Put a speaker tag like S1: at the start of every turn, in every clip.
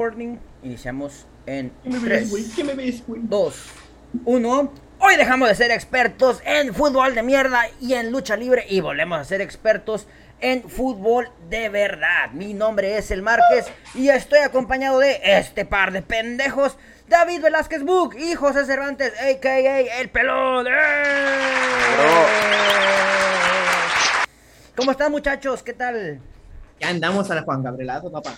S1: Morning. Iniciamos en
S2: ¿Qué me ves, güey?
S1: 3,
S2: ¿Qué me ves, güey?
S1: 2, 1. Hoy dejamos de ser expertos en fútbol de mierda y en lucha libre y volvemos a ser expertos en fútbol de verdad. Mi nombre es El Márquez y estoy acompañado de este par de pendejos. David Velázquez Book y José Cervantes, a.k.a. El Pelón. ¡Eh! ¿Cómo están muchachos? ¿Qué tal?
S2: Ya andamos a la Juan Gabrielazo, papá.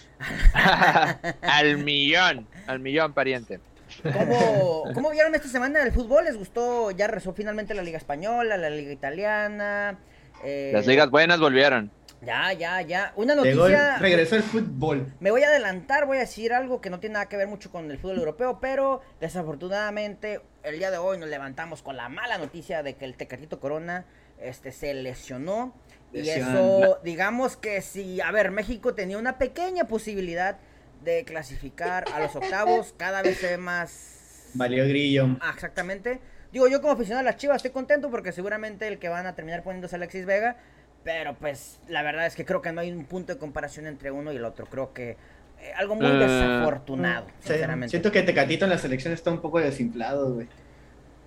S3: al millón, al millón, pariente.
S1: ¿Cómo, cómo vieron esta semana el fútbol? ¿Les gustó? Ya rezó finalmente la Liga Española, la Liga Italiana. eh,
S3: Las ligas buenas volvieron.
S1: Ya, ya, ya. Una
S2: Llegó
S1: noticia.
S2: el regreso al fútbol.
S1: Me voy a adelantar, voy a decir algo que no tiene nada que ver mucho con el fútbol europeo, pero desafortunadamente el día de hoy nos levantamos con la mala noticia de que el Tecatito Corona este, se lesionó. Y
S2: Lesión.
S1: eso, digamos que si, a ver, México tenía una pequeña posibilidad de clasificar a los octavos, cada vez se ve más
S2: Valió grillo.
S1: Ah, exactamente. Digo, yo como aficionado a las Chivas estoy contento porque seguramente el que van a terminar poniendo es Alexis Vega. Pero pues la verdad es que creo que no hay un punto de comparación entre uno y el otro. Creo que eh, algo muy
S3: Eh,
S1: desafortunado,
S2: mm, Sí,
S1: sinceramente.
S2: Siento que Tecatito en la selección está un poco desinflado, güey.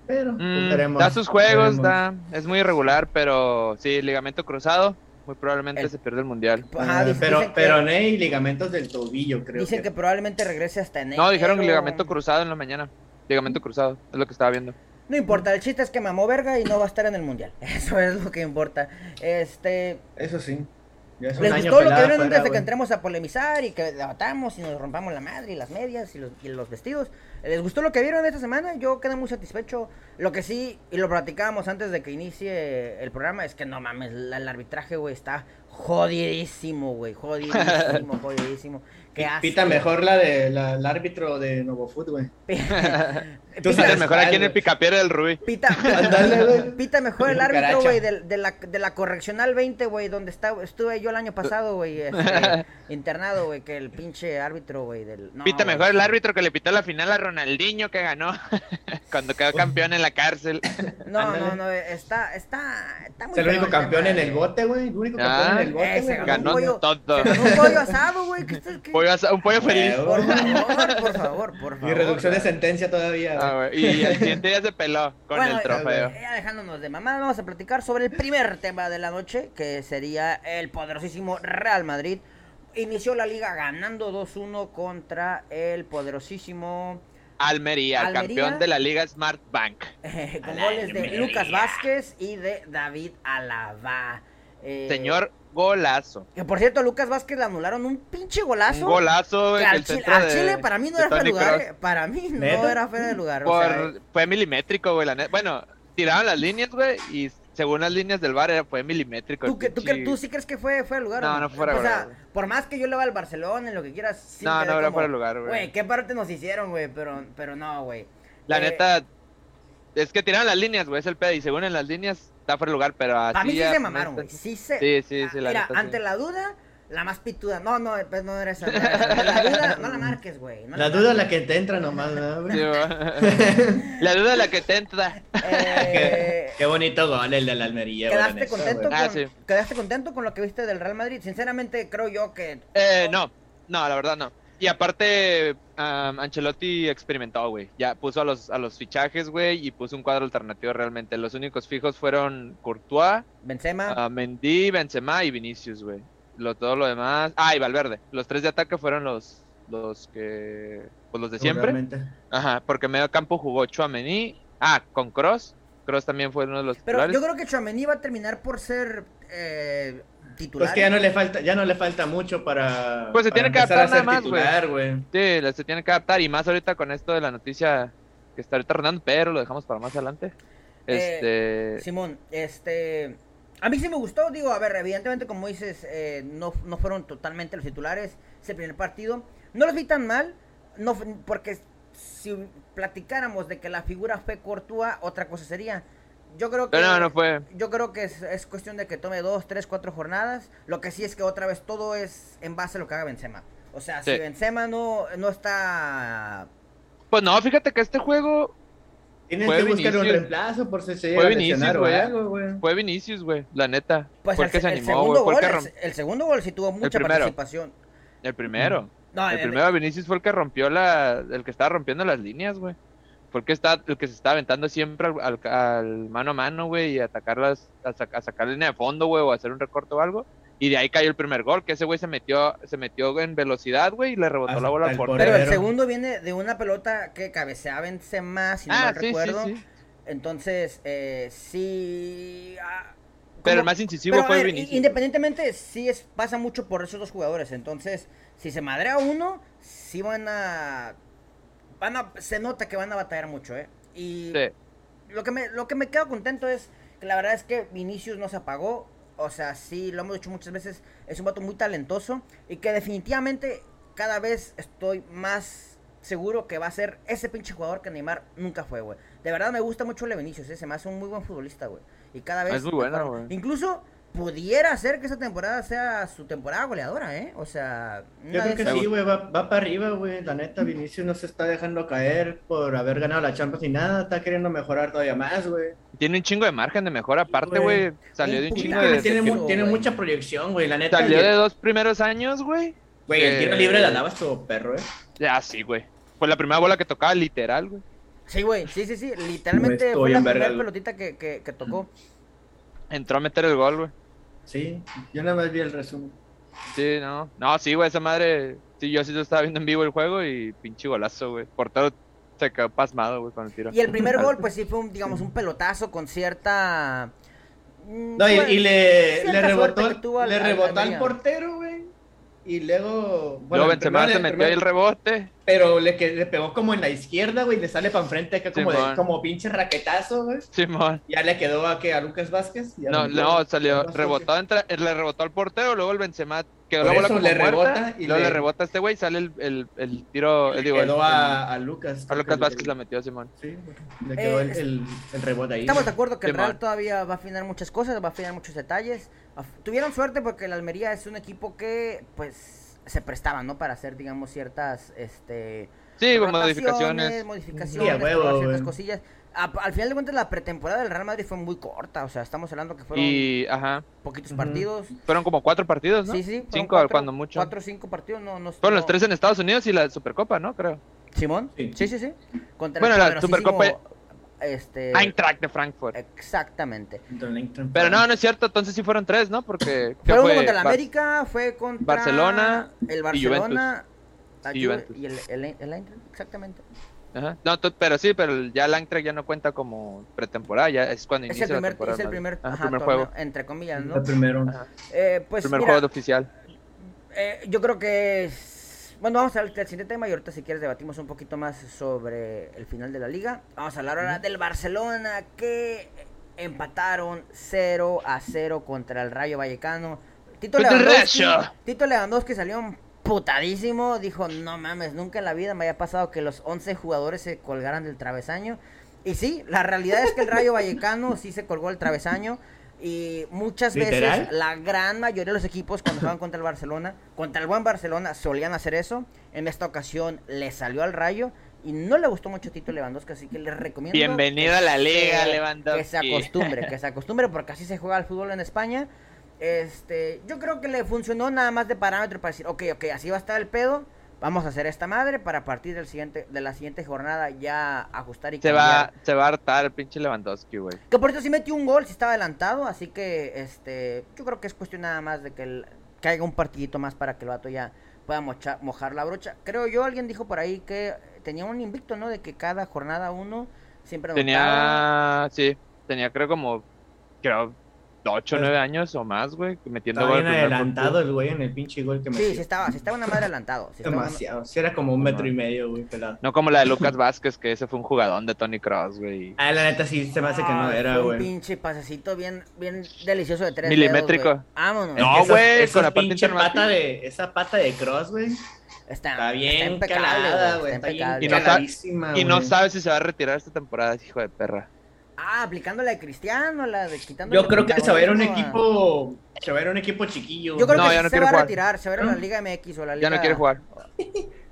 S2: Pero,
S3: Mm,
S2: pues, veremos,
S3: da sus juegos,
S2: veremos.
S3: da, es muy irregular, pero sí, ligamento cruzado, muy probablemente
S1: El-
S3: se pierde el mundial.
S1: Ajá,
S2: Ah,
S1: dic-
S2: pero,
S1: dicen que,
S2: pero no hay ligamentos del tobillo, creo.
S1: dicen que probablemente regrese hasta enero.
S3: No, dijeron que ligamento cruzado en la mañana. Ligamento cruzado, es lo que estaba viendo.
S1: No importa, el chiste es que mamó verga y no va a estar en el mundial. Eso es lo que importa. Este,
S2: Eso sí. Ya es un
S1: ¿Les
S2: año
S1: gustó lo que
S2: pelado
S1: vieron antes de
S2: fuera,
S1: que
S2: güey.
S1: entremos a polemizar y que debatamos y nos rompamos la madre y las medias y los, y los vestidos? ¿Les gustó lo que vieron esta semana? Yo quedé muy satisfecho. Lo que sí, y lo platicábamos antes de que inicie el programa, es que no mames, la- el arbitraje, güey, está jodidísimo, güey. Jodidísimo, jodidísimo. Qué asco.
S2: Pita mejor la del la, el árbitro de Novo Food, güey. Tú
S3: Es
S1: Pita-
S2: sabes
S3: el mejor aquí en el
S2: güey.
S3: picapiedra del Rubí.
S1: Pita,
S2: Ándale, güey.
S1: pita mejor el
S2: Como
S1: árbitro,
S2: cucaracha.
S1: güey, de, de la, de la correccional 20, güey, donde está, estuve yo el año pasado, güey, este, internado, güey, que el pinche árbitro, güey, del... no,
S3: Pita
S1: güey.
S3: mejor el árbitro que le pitó la final a Ronaldinho que ganó cuando quedó campeón en la cárcel.
S1: No, no,
S2: Ándale.
S1: no, está, está, está Ah, muy...
S2: Es el único
S1: feo
S2: campeón en
S1: tema,
S2: el
S1: güey.
S2: bote, güey. El único
S3: Ah,
S2: campeón en el bote,
S1: ese
S2: güey.
S1: ganó.
S3: Ganó
S1: pollo.
S3: todo.
S1: Se ganó un pollo asado, güey, que estás... que-
S3: Pollo asa- un pollo feliz.
S2: Huevo.
S1: Por favor, por favor, por favor.
S2: Y reducción de sentencia todavía. güey.
S3: Ah, güey, y el siguiente día se peló con
S1: Bueno,
S3: el trofeo.
S1: Ya dejándonos de mamá, vamos a platicar sobre el primer tema de la noche, que sería el poderosísimo Real Madrid. Inició la liga ganando 2-1 contra el poderosísimo,
S3: Almería, el
S1: Almería.
S3: campeón de la Liga Smart Bank.
S1: eh, con
S2: A la
S1: goles de
S2: Almería.
S1: Lucas Vázquez y de David Alaba. Eh,
S3: Señor golazo.
S1: Que por cierto, a Lucas Vázquez le anularon un pinche golazo.
S3: Un golazo,
S1: que
S3: güey,
S1: al,
S3: el
S1: Chile,
S3: centro
S1: al
S3: de-
S1: Chile para mí no
S3: de
S1: era fuera de
S3: Toni
S1: lugar.
S3: Kroos.
S1: eh, Para mí no
S2: ¿Neta?
S1: era fuera de lugar. o
S3: Por-
S1: sea, eh.
S3: Fue milimétrico, güey, la neta. Bueno, tiraban las líneas, güey, y según las líneas del bar era- fue milimétrico. el
S1: ¿Tú, que, tú, que,
S3: pinche-
S1: ¿Tú sí crees que fue fuera de lugar? o
S3: No, no fue fuera de
S1: o sea,
S3: lugar.
S1: por más que yo le va al Barcelona, en lo que quieras. Sí
S3: No,
S1: quedé
S3: no, era
S1: como,
S3: fuera de lugar, güey.
S1: Güey, ¿qué parte nos hicieron, güey? Pero, pero no, güey.
S3: La
S1: Eh,
S3: neta, es que tiraban las líneas, güey, es el pedo. Y según en las líneas, está fuera de lugar, pero así.
S1: Para mí sí
S3: ya-
S1: se mamaron, güey. Sí se.
S3: Sí, sí,
S1: Ah,
S3: sí, la
S1: Mira,
S3: neta, sí.
S1: ante la duda, la más pituda. No, no, pues no era esa. no era esa. La duda, no la marques, güey. no
S2: La duda es la que te entra nomás, ¿no, güey?
S3: Sí, güey. la duda es la que te entra.
S1: Eh,
S2: Qué bonito gol el de la Almería. güey, la
S1: ¿Quedaste
S2: neta,
S1: contento,
S3: Ah,
S1: con,
S3: sí.
S1: ¿Quedaste contento con lo que viste del Real Madrid? Sinceramente, creo yo que
S3: Eh, no, no, la verdad no. Y aparte, am, Ancelotti experimentó, güey. Ya puso a los, a los fichajes, güey, y puso un cuadro alternativo realmente. Los únicos fijos fueron Courtois,
S1: Benzema.
S3: ah, Mendy, Benzema y Vinicius, güey. Lo, todo lo demás. Ah, y Valverde. Los tres de ataque fueron los, los que. Pues los de
S2: güey.
S3: siempre.
S2: Realmente.
S3: Ajá, porque medio campo jugó Chuamení. Ah, con Cross. Cross también fue uno de los
S1: Pero
S3: titulares.
S1: yo creo que Chouameni va a terminar por ser eh, titular.
S2: Pues que ya no le falta, ya no le falta mucho para.
S3: Pues se
S2: para
S3: tiene que
S2: empezar a
S3: adaptar
S2: ser
S3: nada más, güey.
S2: titular, güey.
S3: Sí, la- se tiene que adaptar y más ahorita con esto de la noticia que está ahorita rondando, pero lo dejamos para más adelante. Este,
S1: Simón, este. A mí sí me gustó, digo, a ver, evidentemente, como dices, eh, no, no fueron totalmente los titulares. Es el primer partido. No los vi tan mal, no, fu- porque si platicáramos de que la figura fue Courtois, otra cosa sería. Yo creo que.
S3: pero no, no fue.
S1: Yo creo que es, es cuestión de que tome dos, tres, cuatro jornadas. Lo que sí es que otra vez todo es en base a lo que haga Benzema. O sea, si
S3: Sí.
S1: Benzema no, no está
S3: Pues no, fíjate que este juego
S2: Tienes
S3: Fue
S2: que buscar un
S3: Vinicius.
S2: reemplazo por si se llega
S3: Fue
S2: a
S3: Vinicius,
S2: lesionar o
S3: güey.
S2: algo, güey.
S3: fue Vinicius, güey, la neta.
S1: Pues
S3: fue el que
S1: el,
S3: se
S1: el
S3: animó,
S1: segundo
S3: güey, fue el
S1: gol,
S3: que
S1: el,
S3: romp-
S1: el segundo gol sí tuvo mucha
S3: primero.
S1: participación.
S3: el primero. No, el, el primero de Vinicius fue el que rompió la, el que estaba rompiendo las líneas, güey. Porque está el que se está aventando siempre al, al, al mano a mano, güey, y atacar las, a, a sacar línea de fondo, güey, o hacer un recorte o algo. Y de ahí cayó el primer gol, que ese güey se metió, se metió en velocidad, güey, y le rebotó Hasta la bola al portero.
S1: Pero el segundo viene de una pelota que cabeceaba Benzema, si no ah, mal sí, recuerdo. Sí, sí. Entonces, eh, sí... Ah,
S3: pero el más incisivo pero, fue ver, Vinicius.
S1: Independientemente, sí es, pasa mucho por esos dos jugadores. Entonces, si se madrea uno, sí van a... Van a se nota que van a batallar mucho, ¿eh? Y lo, que me, lo que me quedo contento es que la verdad es que Vinicius no se apagó, o sea, sí, lo hemos dicho muchas veces, es un vato muy talentoso y que definitivamente cada vez estoy más seguro que va a ser ese pinche jugador que Neymar nunca fue, güey. De verdad me gusta mucho el Vinicius, ¿eh? se me hace un muy buen futbolista, güey. Y cada vez...
S3: Es muy buena, güey.
S1: Incluso pudiera ser que esa temporada sea su temporada goleadora, ¿eh? O sea...
S2: Yo creo que sí, güey, va, va, para arriba, güey. La neta, Vinicius no se está dejando caer por haber ganado la Champions ni nada. Está queriendo mejorar todavía más, güey.
S3: Tiene un chingo de margen de mejora. Aparte, güey, salió de un chingo de...
S2: Tiene, mu tiene mucha proyección, güey, la neta.
S3: Salió de dos primeros años, güey.
S2: Güey, el tiro libre de Alaba estuvo perro, ¿eh?
S3: Ya, sí, güey. Fue la primera bola que tocaba, literal, güey.
S1: Sí, güey, sí, sí, sí. Literalmente fue la primera pelotita que, que, que tocó.
S3: Entró a meter el gol, güey.
S2: Sí, yo nada más vi el resumen.
S3: Sí, no. No, sí, güey, esa madre. Sí, yo sí lo estaba viendo en vivo el juego y pinche golazo, güey. Portero se quedó pasmado, güey, con el tiro.
S1: Y el primer gol, pues sí, fue, un, digamos, un pelotazo con cierta. mm,
S2: No, y,
S1: Pues,
S2: y le, le rebotó, al, le rebotó al, al portero, güey. Y luego.
S3: Bueno, luego Benzema se metió ahí el rebote.
S2: Pero le, que, le pegó como en la izquierda, güey, y le sale para enfrente acá como, de, como pinche raquetazo, güey.
S3: Simón.
S2: Ya le quedó a, que a Lucas Vázquez.
S3: no,
S2: a
S3: no, salió, rebotó, entra, le rebotó al portero, luego el Benzema quedó Por la bola como
S2: le
S3: muerta,
S2: rebota
S3: y luego le... le rebota a este güey y sale el, el, el tiro.
S2: Le
S3: el, digo,
S2: quedó a, a, Lucas.
S3: A Lucas Vázquez la metió, Simón.
S2: Sí, le quedó eh, el, rebote ahí.
S1: Estamos de acuerdo que Simón. el Real todavía va a afinar muchas cosas, va a afinar muchos detalles. Tuvieron suerte porque el Almería es un equipo que, pues, se prestaban, ¿no? Para hacer, digamos, ciertas, este...
S3: Sí, modificaciones.
S1: Modificaciones, sí, huevo, ciertas wey. cosillas. A, al final de cuentas, la pretemporada del Real Madrid fue muy corta, o sea, estamos hablando que fueron
S3: y, ajá.
S1: poquitos uh -huh. partidos.
S3: Fueron como cuatro partidos, ¿no?
S1: Sí, sí.
S3: Cinco,
S1: cuatro,
S3: cuando mucho.
S1: Cuatro o cinco partidos, no, no
S3: Fueron no... los tres en Estados Unidos y la Supercopa, ¿no? Creo.
S1: ¿Simón? Sí, sí, sí. sí.
S3: Contra bueno, la Supercopa Ah,
S1: este
S3: Eintracht de
S1: eh,
S3: Frankfurt.
S1: Exactamente.
S3: Pero no, no es cierto, entonces sí fueron tres, ¿no? Porque
S1: fue uno contra el América, fue contra
S3: Barcelona,
S1: el Barcelona y, Juventus. Juve, y el, el, el, el, Eintracht, exactamente.
S3: Ajá. No, pero sí, pero ya el Eintracht ya no cuenta como pretemporada, ya es cuando
S1: es
S3: inicia
S1: el primer,
S3: la temporada.
S1: Es el primer,
S3: ajá, primer juego,
S1: entre comillas, ¿no?
S2: El primero.
S3: Ah,
S1: Eh, pues,
S3: primer
S1: mira,
S3: juego de oficial.
S1: Eh, yo creo que es... Bueno, vamos al, siguiente tema y ahorita si quieres debatimos un poquito más sobre el final de la liga. Vamos a hablar ahora del Barcelona que empataron 0 a 0 contra el Rayo Vallecano. Tito Lewandowski, Tito Lewandowski salió putadísimo, dijo, no mames, nunca en la vida me había pasado que los 11 jugadores se colgaran del travesaño. Y sí, la realidad es que el Rayo Vallecano sí se colgó el travesaño. Y muchas ¿Literal? veces la gran mayoría de los equipos cuando juegan contra el Barcelona, contra el buen Barcelona, solían hacer eso. En esta ocasión le salió al rayo y no le gustó mucho Tito Lewandowski, así que les recomiendo...
S3: Bienvenido
S1: que,
S3: a la liga, Lewandowski.
S1: Que se acostumbre, que se acostumbre porque así se juega el fútbol en España. Este, yo creo que le funcionó nada más de parámetro para decir, ok, ok, así va a estar el pedo. Vamos a hacer esta madre para a partir del siguiente, de la siguiente jornada ya ajustar y
S3: se cambiar. Va, se va a hartar el pinche Lewandowski, güey.
S1: Que por eso sí metió un gol, si sí estaba adelantado, así que este, yo creo que es cuestión nada más de que, el, que haya un partidito más para que el vato ya pueda mocha, mojar la brocha. Creo yo, alguien dijo por ahí que tenía un invicto, ¿no? De que cada jornada uno siempre
S3: Tenía, sí, tenía creo como, creo, 8 o 9 años o más, güey, metiendo
S2: estaba bien adelantado el güey en el pinche gol que metió.
S1: Sí, sí estaba, sí estaba una madre adelantado. Sí
S2: Demasiado, una... sí era como un metro no. y medio, güey, pelado.
S3: No como la de Lucas Vázquez, que ese fue un jugadón de Tony Cross, güey.
S2: Ah, la neta sí se me hace ah, que no era, güey.
S1: Un pinche pasecito bien, bien delicioso de tres
S3: Milimétrico.
S1: Dedos, Vámonos.
S3: No, güey, con la
S2: pinche pata de, esa pata de Cross, güey.
S1: Está, está, bien está impecable, calada, güey. Está, impecable.
S3: Está bien
S2: Ah,
S3: y, no y no sabe si se va a retirar esta temporada, hijo de perra.
S1: Ah, aplicando la de Cristiano, la de quitando.
S2: Yo creo que se va a ir un equipo, se va a ir un equipo chiquillo.
S1: Yo creo
S3: no, eh.
S1: que
S3: ya no
S1: se
S3: quiere
S1: va
S3: jugar. Mm.
S1: a retirar, se va a ir a la Liga MX o la Liga.
S3: Ya no quiere jugar.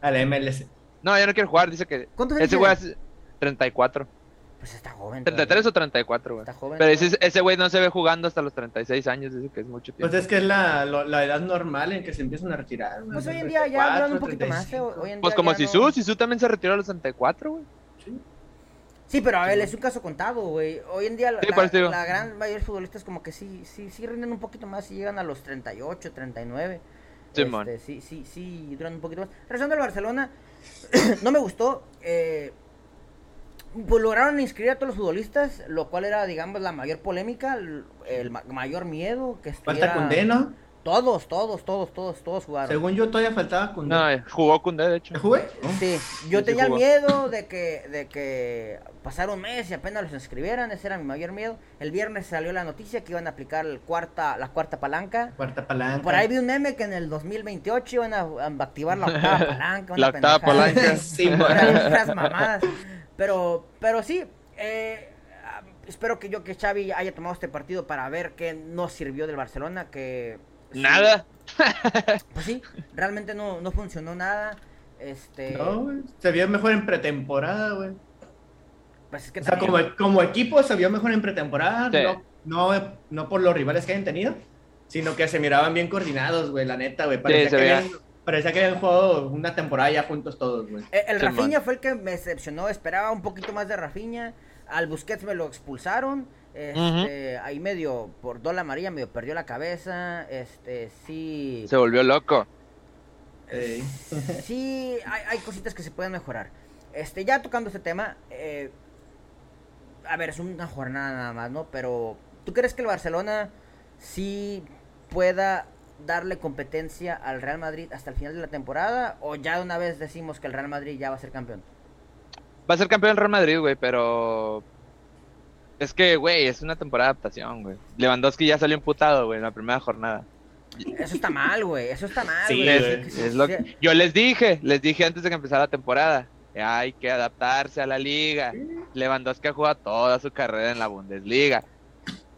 S2: a la MLS.
S3: No, ya no quiere jugar, dice que
S1: ¿Cuántos
S3: ese güey hace 34.
S1: Pues está joven. todavía.
S3: 33 o 34, güey.
S1: Está joven.
S3: Pero ese ese güey no se ve jugando hasta los 36 años, dice que es mucho tiempo.
S2: Pues es que es la, lo- la edad normal en que se empiezan a retirar. güey.
S1: Pues hoy en día ya duran un
S2: 34,
S1: poquito más. eh,
S2: 35.
S1: hoy en
S3: Pues
S1: día
S3: como
S1: ya no-
S3: Sisu, Sisu también se retiró a los 34, güey.
S2: Sí.
S1: Sí, pero a ver, es un caso contado, güey. Hoy en día la,
S3: Sí, por eso te digo.
S1: la gran mayoría de futbolistas como que sí, sí, sí rinden un poquito más y llegan a los 38, 39.
S3: Simón.
S1: Este, sí, sí, sí, duran un poquito más. Regresando al Barcelona, no me gustó. eh, pues lograron inscribir a todos los futbolistas, lo cual era, digamos, la mayor polémica, el, el ma- mayor miedo que estuviera...
S2: Falta Cundé, ¿no?
S1: Todos, todos, todos, todos, todos jugaron.
S2: Según yo todavía faltaba Cundé.
S3: No, eh, jugó Cundé, de hecho.
S2: ¿Ya jugué?
S1: Sí,
S3: Sí,
S1: yo
S3: sí
S1: tenía el
S3: jugó.
S1: miedo de que, de que pasara un mes y apenas los inscribieran, ese era mi mayor miedo. El viernes salió la noticia que iban a aplicar el cuarta, la cuarta palanca.
S2: Cuarta palanca.
S1: Por ahí vi un meme que en el 2028 iban a, a activar la octava palanca. una
S3: La octava
S1: pendejada.
S3: palanca.
S2: sí,
S1: Eran
S2: mora.
S1: unas mamadas. Pero, pero sí, eh, ah, espero que yo que Xavi haya tomado este partido para ver qué no sirvió del Barcelona, que sí,
S3: Nada.
S1: Pues sí, realmente no, no funcionó nada. Este,
S2: No, güey. Se vio mejor en pretemporada, güey.
S1: pues es que
S2: O sea,
S1: también-
S2: como, como equipo se vio mejor en pretemporada,
S3: Sí.
S2: no, no, no por los rivales que hayan tenido, sino que se miraban bien coordinados, güey, la neta, güey. Parecía,
S3: se
S2: que
S3: veía.
S2: habían, parecía que habían jugado una temporada ya juntos todos, güey.
S1: Eh, El
S3: Simón.
S1: Rafinha fue el que me decepcionó, esperaba un poquito más de Rafinha. Al Busquets me lo expulsaron. Este, Ahí medio, por Dola Amarilla, medio perdió la cabeza. Este, sí.
S3: Se volvió loco.
S2: Eh,
S1: Sí, hay, hay cositas que se pueden mejorar. Este, ya tocando este tema, eh, a ver, es una jornada nada más, ¿no? Pero, ¿tú crees que el Barcelona sí pueda darle competencia al Real Madrid hasta el final de la temporada? ¿O ya de una vez decimos que el Real Madrid ya va a ser campeón?
S3: Va a ser campeón el Real Madrid, güey, pero. Es que, güey, es una temporada de adaptación, güey. Lewandowski ya salió imputado, güey, en la primera jornada.
S1: Eso está mal, güey. Eso está mal,
S2: Sí,
S1: güey.
S2: es-
S1: Que- que- que-
S3: Es lo
S1: que-
S3: que- Yo les dije, les dije antes de que empezara la temporada. que Hay que adaptarse a la liga. Lewandowski ha jugado toda su carrera en la Bundesliga.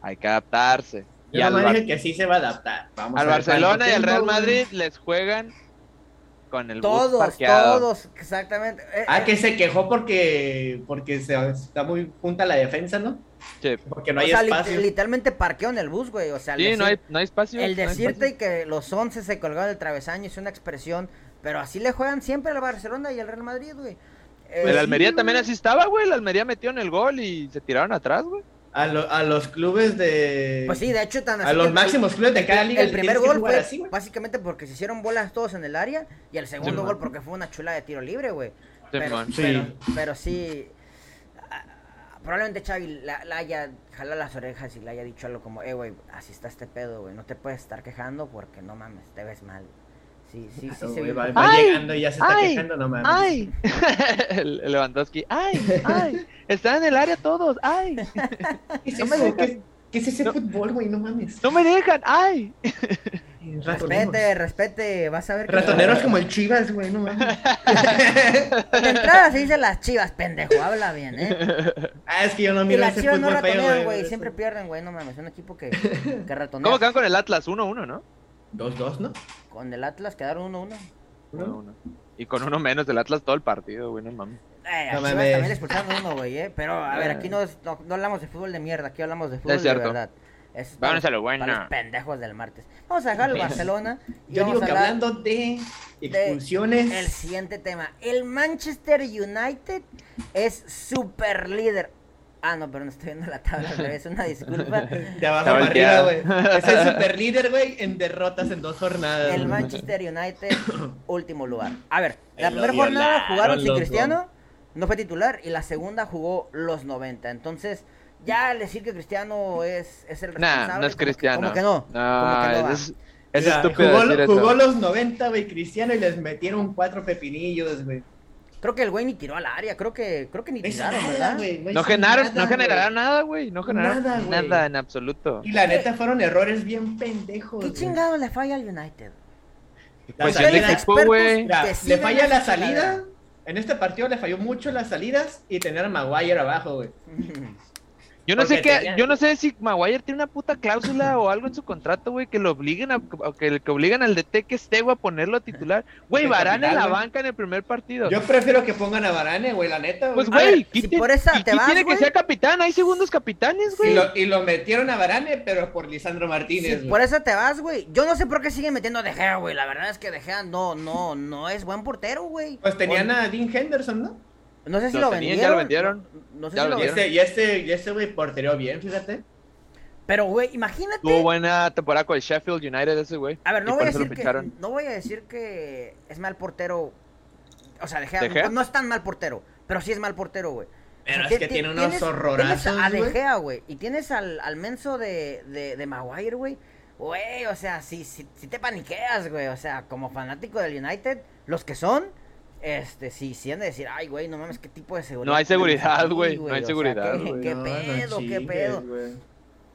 S3: Hay que adaptarse. Y
S2: yo
S3: al,
S2: nomás
S3: Bar-
S2: dije que sí se va a adaptar. Vamos
S3: al
S2: a ver cuánto
S3: Barcelona y al Real
S2: tiempo, güey.
S3: Madrid les juegan con el bus
S1: Todos,
S3: parqueado.
S1: todos, exactamente. Eh,
S2: Ah,
S1: eh,
S2: que se quejó porque, porque se, está muy junta la defensa, ¿no?
S3: Sí,
S2: Porque no
S1: o
S2: hay
S1: sea, lit-
S2: espacio.
S1: literalmente parqueo en el bus, güey. O sea, el
S3: Sí,
S1: decir-
S3: no, hay, no hay espacio.
S1: el
S3: no hay
S1: decirte
S3: espacio.
S1: que los 11 se colgaron del travesaño es una expresión, pero así le juegan siempre al Barcelona y al Real Madrid, güey. Eh,
S2: Pues
S3: el
S2: sí,
S3: Almería
S2: güey.
S3: también así estaba, güey. El Almería metió en el gol y se tiraron atrás, güey.
S2: A, lo- a los clubes de.
S1: pues sí, de hecho, tan así
S2: a los
S1: que-
S2: máximos clubes de cada liga.
S1: El
S2: le
S1: primer
S2: tienes que
S1: gol
S2: jugar
S1: fue
S2: así, güey.
S1: básicamente porque se hicieron bolas todos en el área y el segundo
S3: Simón.
S1: gol porque fue una chula de tiro libre, güey. pero,
S3: Simón.
S2: Sí.
S1: pero, pero sí. a- a- Probablemente Xavi la, la haya jalado las orejas y le haya dicho algo como, eh, güey, así está este pedo, güey, no te puedes estar quejando porque no mames, te ves mal. Sí, sí, sí,
S2: Claro,
S1: se
S2: Ah, güey,
S1: vio
S2: va,
S1: un
S2: va
S3: ¡Ay!
S2: llegando y ya se está
S3: ¡Ay!
S2: quejando, no mames.
S3: ¡Ay! El- el Lewandowski. ¡Ay! ¡Ay! Están en el área todos. ¡Ay!
S2: ¿Qué es,
S3: No me
S2: eso?
S3: dejas.
S2: ¿Qué- qué es ese fútbol, güey? No mames.
S3: ¡No me dejan! ¡Ay!
S2: Ratoneros.
S1: Respete, respete, vas a ver. que-
S2: Ratoneros como el Chivas, güey, no mames.
S1: De entrada se dice las chivas, pendejo, habla bien, ¿eh?
S2: Ah, es que yo no
S1: Y
S2: miro
S1: las
S2: ese
S1: chivas
S2: fútbol
S1: no ratonean,
S2: feo,
S1: güey,
S2: Eso.
S1: siempre pierden, güey, no mames, es un equipo que, que ratonea.
S3: ¿Cómo quedan con el Atlas? 1-1, ¿no?
S2: Dos, dos, ¿no?
S1: Con el Atlas quedaron 1-1.
S3: 1-1. Y con uno menos del Atlas todo el partido, güey, no mames.
S1: Eh,
S2: No
S1: a Chivas
S2: mames.
S1: también le expulsaron uno, güey, ¿eh? Pero, a ver,
S3: Eh.
S1: aquí no, es- no, no hablamos de fútbol de mierda, aquí hablamos de fútbol de
S3: cierto.
S1: verdad. Es
S3: Vámonos a lo
S1: para
S3: bueno.
S1: los pendejos del martes. Vamos a dejar el
S2: Bien.
S1: Barcelona y
S2: Yo
S1: vamos
S2: digo
S1: a
S2: que
S1: hablar
S2: hablando de expulsiones.
S1: el siguiente tema. El Manchester United es super líder. Ah, no, perdón, estoy viendo la tabla al revés, una disculpa.
S2: De abajo
S3: Está
S2: para arriba, güey.
S3: volteado.
S2: Es el super líder, güey, en derrotas en dos jornadas.
S1: El
S2: güey.
S1: Manchester United, último lugar. A ver, la
S2: Ahí lo
S1: primera jornada
S2: violaron,
S1: jugaron sin
S2: loco.
S1: Cristiano, no fue titular, y la segunda jugó los 90. Entonces, ya al decir que Cristiano es, es el responsable.
S3: Nah, no es
S1: como que-
S3: Cristiano.
S1: Como que no. como que no va.
S3: es, es
S2: Mira,
S3: estúpido
S2: jugó,
S3: decir
S2: jugó
S3: eso.
S2: los 90, güey, Cristiano, y les metieron cuatro pepinillos, güey.
S1: Creo que el güey ni tiró al área, creo que, creo que ni
S2: No hizo
S1: tiraron,
S2: nada,
S1: ¿verdad?
S2: güey,
S3: No,
S2: hizo
S3: generaron,
S2: nada,
S3: no generaron
S2: güey.
S3: nada, güey. No generaron
S2: Nada,
S3: nada,
S2: güey.
S3: en absoluto.
S2: Y la neta fueron errores bien pendejos.
S1: ¿Qué
S2: güey.
S1: chingado le falla al United?
S3: Pues
S2: salida.
S3: el equipo, güey.
S2: Mira,
S1: que
S2: le
S1: sigan
S2: falla
S1: esa
S2: la salida.
S1: chingadera.
S2: En este partido le falló mucho las salidas y tener a Maguire abajo, güey.
S3: Yo no sé
S2: Porque
S3: qué,
S2: tenía-
S3: yo no sé si Maguire tiene una puta cláusula o algo en su contrato, güey, que lo obliguen a, o que, que obligan al DT que esté, güey, a ponerlo titular. Güey,
S2: De
S3: Varane a la
S2: capitán, güey.
S3: banca en el primer partido.
S2: Yo prefiero que pongan a Varane, güey, la neta, güey.
S3: Pues,
S1: A
S3: güey,
S1: ver,
S3: ¿quién
S1: si
S3: te-
S1: por esa
S3: ¿quién
S1: te vas,
S3: tiene
S1: güey?
S3: que ser capitán? Hay segundos capitanes,
S2: y,
S3: güey.
S2: lo, y lo metieron a Varane, pero por Lisandro Martínez,
S1: Si
S2: güey.
S1: por eso te vas, güey. Yo no sé por qué siguen metiendo a De Gea, güey. La verdad es que De Gea no, no, no es buen portero, güey.
S2: Pues tenían a Dean Henderson, ¿no?
S1: No sé si
S3: Lo
S1: lo,
S3: tenían,
S1: vendieron.
S3: ya lo
S1: No, no sé
S3: Ya
S1: si
S3: lo
S1: lo
S2: Y
S1: vendieron.
S2: ese, y ese, y ese güey portereó bien, fíjate.
S1: Pero, güey, imagínate.
S3: Tuvo buena temporada con el Sheffield United ese, güey.
S1: A ver,
S3: y
S1: no
S3: por
S1: voy a
S3: eso lo
S1: decir que
S3: ficharon.
S1: no voy a decir que es mal portero. O sea, De Gea-
S3: ¿De Gea?
S1: no- no es tan mal portero, pero sí es mal portero, güey.
S2: Pero
S1: O sea, ti-
S2: es que tiene
S1: ti-
S2: unos
S1: Tienes a
S2: horrorazos,
S1: De
S2: güey.
S1: Gea, güey, y tienes al, al menso de, de, de Maguire, güey. Güey, o sea, si, si, si te paniqueas, güey. O sea, como fanático del United, los que son, este, sí, sí han de decir, ay, güey, no mames, qué tipo de seguridad.
S3: No hay seguridad,
S1: tienes aquí,
S3: güey, no hay
S1: O sea,
S3: seguridad,
S1: ¿qué-
S2: güey,
S1: ¿Qué
S2: no, no
S1: pedo, qué
S2: chingues,
S1: pedo?
S2: güey.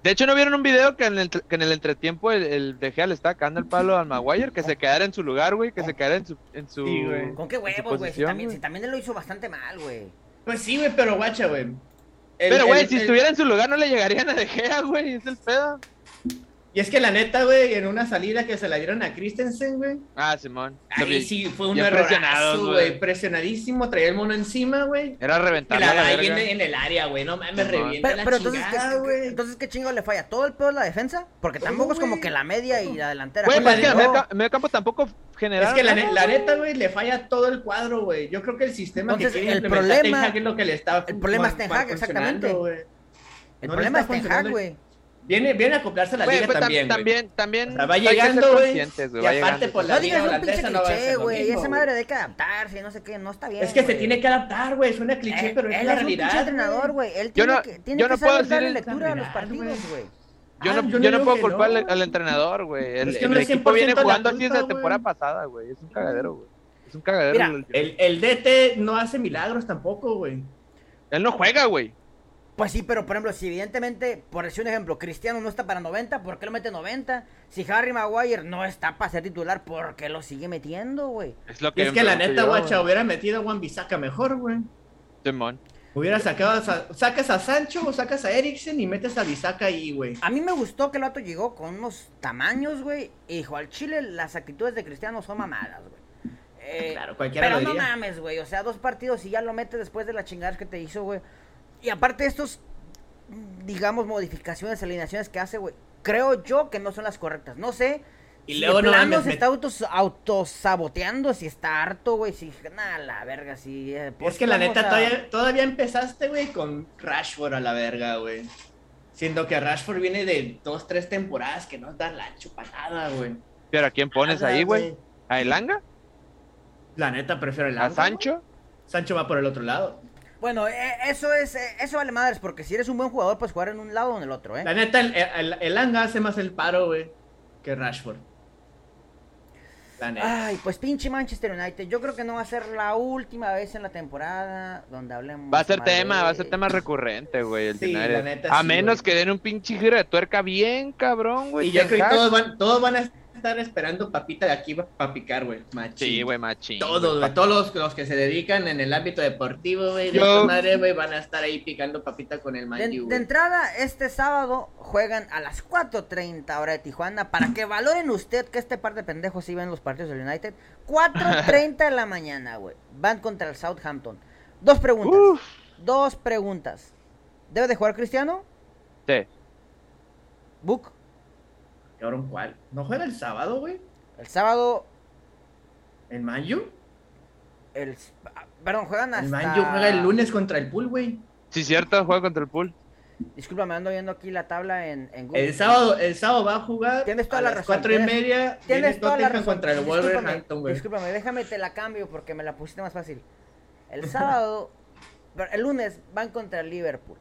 S3: De hecho, ¿no vieron un video que en el, que en el entretiempo el, el De Gea le está cagando el palo al Maguire? Que se quedara en su lugar, güey, que se quedara en su... En su
S2: Sí, güey.
S1: ¿Con qué
S3: en su
S1: huevos, güey? Si
S3: posición,
S1: también,
S3: güey.
S1: si también él lo hizo bastante mal, güey.
S2: Pues sí, güey, pero guacha, güey. El-
S3: Pero, güey,
S2: el-
S3: si
S2: el-
S3: estuviera en su lugar no le llegarían a De Gea, güey, es el pedo.
S2: Y es que la neta, güey, en una salida que se la dieron a Christensen, güey.
S3: Ah, Simón.
S2: Ahí sí fue un
S3: Bien
S2: error.
S3: presionados, güey.
S2: güey. Presionadísimo, traía el mono encima, güey.
S3: Era
S2: Y
S3: reventarla
S2: la
S3: a la
S2: da ahí en,
S3: verga.
S2: en el área, güey. No mames,
S3: Simón.
S2: revienta
S1: Pero,
S2: la
S1: pero entonces, ¿qué-
S2: chingada,
S1: qué,
S2: güey.
S1: entonces, ¿qué chingo le falla? ¿Todo el pedo es la defensa? Porque
S2: Todo,
S1: tampoco es como
S2: güey.
S1: que la media y la delantera.
S3: Güey,
S1: ¿Cómo
S3: pues
S1: le
S3: es que el
S1: digo?
S3: medio, ca- medio campo tampoco
S2: Es
S3: generaron.
S2: que la,
S3: nada,
S2: ne- la
S3: güey.
S2: neta, güey, le falla todo el cuadro, güey. Yo creo que el sistema
S1: Entonces,
S2: que quiere
S1: el
S2: implementar
S1: problema-
S2: Ten Hag es lo que le está
S1: el problema
S2: fun-
S1: es Ten
S2: fun-
S1: Hag,
S2: funcionando,
S1: exactamente.
S2: güey.
S1: El
S2: no le
S1: problema es
S2: está
S1: Ten Hag,
S2: funcionando.
S1: güey.
S2: Viene, viene a acoplarse a la
S3: Güey,
S2: liga
S3: pues, tam-
S2: también, güey.
S3: también, también.
S2: O sea, va
S3: hay que ser
S2: llegando, güey,
S3: conscientes, güey,
S2: y
S3: va
S2: aparte,
S3: llegando.
S2: pues, la-
S1: No
S2: liga
S1: digas un pinche
S2: holandesa no va a
S1: cliché,
S2: ser lo
S1: güey.
S2: mismo,
S1: Esa
S2: güey.
S1: madre de que adaptarse, y no sé qué, no está bien.
S2: Es que se
S1: güey.
S2: tiene que adaptar, güey. Suena cliché,
S1: Eh,
S2: pero es
S1: él
S2: la
S1: es un pinche
S2: realidad.
S1: entrenador, güey. Él
S3: Yo
S1: tiene
S3: no-
S1: que,
S3: yo
S1: tiene
S3: no
S1: que
S3: puedo
S1: saber
S3: decir
S1: darle
S3: el
S1: lectura a los
S2: realidad,
S1: partidos,
S2: güey.
S1: güey.
S3: Yo
S2: Ah,
S3: no,
S2: yo
S3: yo
S2: no
S3: no
S2: digo
S3: puedo
S2: que
S3: culpar
S2: no,
S3: al,
S2: güey.
S3: al entrenador, güey. El,
S2: Es que
S3: el
S2: no es
S3: equipo viene
S2: 100% la
S3: jugando así
S2: culpa,
S3: desde la
S2: güey.
S3: temporada pasada, güey. Es un cagadero, güey. Es un cagadero.
S1: Mira,
S3: el-
S2: El, el DT no hace milagros tampoco, güey.
S3: Él no juega, güey.
S1: Pues sí, pero por ejemplo, si evidentemente, por decir un ejemplo, Cristiano no está para 90, ¿por qué lo mete 90? Si Harry Maguire no está para ser titular, ¿por qué lo sigue metiendo, güey?
S3: Es lo
S2: Y
S3: que
S2: es
S3: me
S2: que la neta,
S3: pregunto yo,
S2: guacha,
S3: güey.
S2: hubiera metido a Juan Bisaca mejor, güey.
S3: Simón.
S2: Hubiera sacado a Sa- sacas a Sancho o sacas a Eriksen y metes a Bisaca ahí, güey.
S1: A mí me gustó que el vato llegó con unos tamaños, güey. Y dijo, al Chile las actitudes de Cristiano son mamadas, güey. Eh,
S2: Ah, Claro, cualquiera
S1: pero
S2: lo
S1: no
S2: diría.
S1: mames, güey. O sea, dos partidos y ya lo metes después de las chingadas que te hizo, güey. Y aparte estos, digamos, modificaciones, alineaciones que hace, güey. Creo yo que no son las correctas. No sé.
S2: Y
S1: si
S2: luego
S1: de
S2: no
S1: plano
S2: mames,
S1: se
S2: me-
S1: está autos, autosaboteando, si está harto, güey. Si, nada, la verga, si... eh, ¿por
S2: Es que
S1: qué
S2: la
S1: vamos
S2: neta,
S1: a-
S2: todavía, todavía empezaste, güey, con Rashford a la verga, güey. Siendo que Rashford viene de dos, tres temporadas que no dan la chupatada, güey.
S3: Pero ¿a quién pones
S2: Nada,
S3: ahí, güey? ¿A Elanga?
S2: La neta, prefiero el
S3: ¿A
S2: Atlas,
S3: Sancho?
S2: güey. Sancho va por el otro lado.
S1: Bueno, eh, eso es, eh, eso vale madres, porque si eres un buen jugador, pues jugar en un lado o en el otro, ¿eh?
S2: La neta, el, el, el Anga hace más el paro, güey, que Rashford. La neta.
S1: Ay, pues pinche Manchester United. Yo creo que no va a ser la última vez en la temporada donde hablemos.
S3: Va a ser
S1: mal
S3: tema,
S1: de-
S3: va a ser tema recurrente, güey. El
S2: Sí,
S3: United.
S2: la neta,
S3: a
S2: sí, güey.
S3: menos que den un pinche giro de tuerca bien cabrón, güey.
S2: y yo
S3: Ten
S2: creo que
S3: Hag.
S2: todos van, todos van a estar esperando papita de aquí para picar, güey. Machín.
S3: Sí, güey, machín.
S2: Todos, güey, todos los, los que se dedican en el ámbito deportivo, güey, de
S3: Yo-
S2: esta madre, güey, van a estar ahí picando papita con el
S1: De,
S2: Man U,
S1: de
S2: güey.
S1: entrada, este sábado juegan a las 4.30 hora de Tijuana. Para que valoren usted que este par de pendejos sí ven los partidos del United. 4.30 de la mañana, güey. Van contra el Southampton. Dos preguntas.
S3: Uf.
S1: Dos preguntas. ¿Debe de jugar Cristiano?
S3: Sí.
S1: Book.
S2: Cabrón, ¿cuál? ¿No juega el sábado, güey?
S1: El sábado
S2: ¿El Man U?
S1: El, ah, perdón, juegan hasta...
S2: El Man U juega el lunes contra el Pool, güey.
S3: Sí, cierto, juega contra el pool.
S1: Discúlpame, ando viendo aquí la tabla en, en Google.
S2: El sábado, el sábado va a jugar
S1: Tienes toda
S2: a
S1: la
S2: las
S1: razón,
S2: cuatro y
S1: tienes-
S2: media. viene
S1: Tienes toda la
S2: Tottenham
S1: razón.
S2: contra el
S1: Discúlpame,
S2: Wolverhampton, güey.
S1: Discúlpame, déjame te la cambio porque me la pusiste más fácil. El sábado, pero el lunes van contra el Liverpool.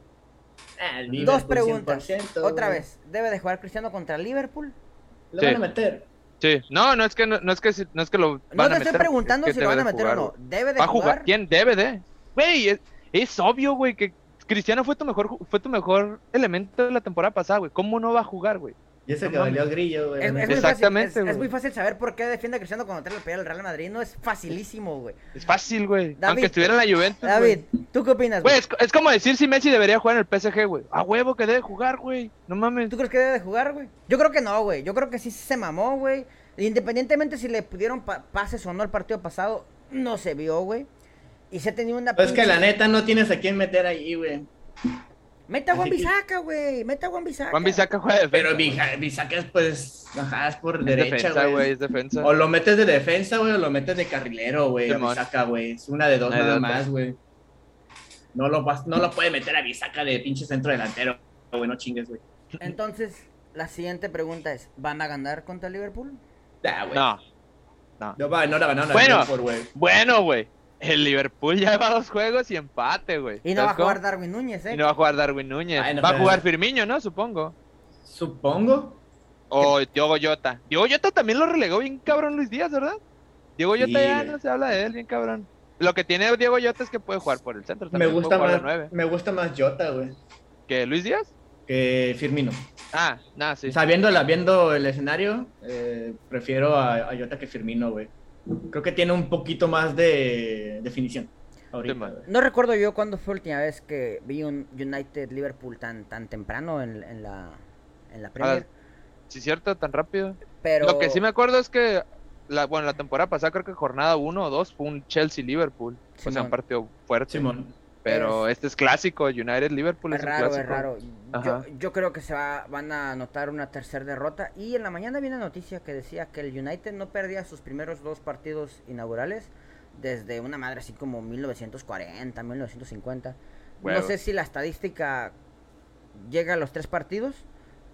S2: Ah, el Liverpool
S1: Dos preguntas.
S2: 100%,
S1: Otra
S2: güey.
S1: vez, ¿debe de jugar Cristiano contra el Liverpool?
S2: Lo
S3: Sí.
S2: van a meter.
S3: Sí. No, no es que no, no es que si- no es que lo
S1: No
S3: van
S1: te
S3: a
S1: estoy
S3: meter,
S1: preguntando
S3: es que
S1: si lo van a
S3: debe de
S1: meter
S3: jugar,
S1: o no.
S3: güey.
S1: ¿Debe de
S3: Va a
S1: jugar?
S3: jugar. ¿Quién debe de? Güey, es, es obvio, güey, que Cristiano fue tu mejor ju- fue tu mejor elemento de la temporada pasada, güey. ¿Cómo no va a jugar, güey?
S2: Y ese
S3: No
S2: que valió grillo, güey.
S1: Es, es muy fácil,
S3: Exactamente,
S1: es- es
S3: güey.
S1: muy fácil saber por qué defiende a Cristiano cuando trae la pelea del Real Madrid. No es facilísimo, güey.
S3: Es fácil, güey.
S1: David.
S3: Aunque estuviera en la Juventus.
S1: David, ¿Tú qué opinas?
S3: Ah, Güey,
S1: güey?
S3: es, es como decir si Messi debería jugar en el PSG, güey. A huevo que debe jugar, güey. No mames.
S1: ¿Tú crees que debe de jugar, güey? Yo creo que no, güey. Yo creo que sí se mamó, güey. Independientemente si le pudieron pa- pases o no el partido pasado, no se vio, güey. Y se ha tenido una
S2: Pues que
S1: pinche-
S2: la neta no tienes a quién meter ahí, güey.
S1: Meta a Juan Bisaca, güey. Meta a Juan Bisaca.
S3: Juan Bisaca juega de defensa.
S2: Pero Bisaca es pues, ajá, es por
S3: es
S2: derecha,
S3: defensa, güey.
S2: güey.
S3: Es defensa.
S2: O lo metes de defensa, güey, o lo metes de carrilero, güey. A
S3: Simón.
S2: Bisaca, güey. Es una de dos
S3: Una de
S2: nada
S3: dos, pues.
S2: más, güey. No lo, vas- no lo puede meter a Bisaca de pinche centro delantero, güey. No chingues, güey.
S1: Entonces, la siguiente pregunta es: ¿van a ganar contra Liverpool?
S2: Nah, güey.
S3: No.
S2: No, va, no la ganaron a
S3: Bueno.
S2: Liverpool, güey.
S3: Bueno, güey. El Liverpool ya lleva dos juegos y empate, güey.
S1: Y no va a
S3: ¿Sabes cómo?
S1: jugar Darwin Núñez, ¿eh?
S3: Y no va a jugar Darwin Núñez.
S2: Ay, no,
S3: va a
S2: pero-
S3: jugar Firmino, ¿no? Supongo.
S2: Supongo.
S3: O Diogo Jota. Diogo Jota también lo relegó bien cabrón Luis Díaz, ¿verdad? Diego Jota
S2: Sí,
S3: ya
S2: güey.
S3: no se habla de él, bien cabrón. Lo que tiene Diego Jota es que puede jugar por el centro.
S2: Me
S3: También
S2: gusta,
S3: puede jugar de
S2: más,
S3: nueve.
S2: me gusta más Jota, güey,
S3: ¿Que Luis Díaz?
S2: que Firmino.
S3: Ah, nada, sí.
S2: O sea, viéndola- viendo el escenario, eh, prefiero a, a Jota que Firmino, güey. Creo que tiene un poquito más de definición. Ahorita,
S3: Sí, man.
S2: güey.
S1: No recuerdo yo cuándo fue la última vez que vi un United Liverpool tan, tan temprano en, en la, en la Premier.
S3: Sí, cierto, tan rápido.
S1: pero.
S3: Lo que sí me acuerdo es que, la, bueno, la temporada pasada creo que jornada 1 o 2 fue un Chelsea-Liverpool. O sea,
S1: Simón.
S3: un partido fuerte.
S2: Simón.
S3: Pero este es clásico, United-Liverpool
S1: Es
S3: es, un
S1: raro, es
S3: clásico.
S1: raro. Yo,
S3: Ajá.
S1: yo creo que se va, van a anotar una tercera derrota. Y en la mañana vi una noticia que decía que el United no perdía sus primeros dos partidos inaugurales desde una madre así como 1940, 1950.
S3: Huevo.
S1: No sé si la estadística llega a los tres partidos,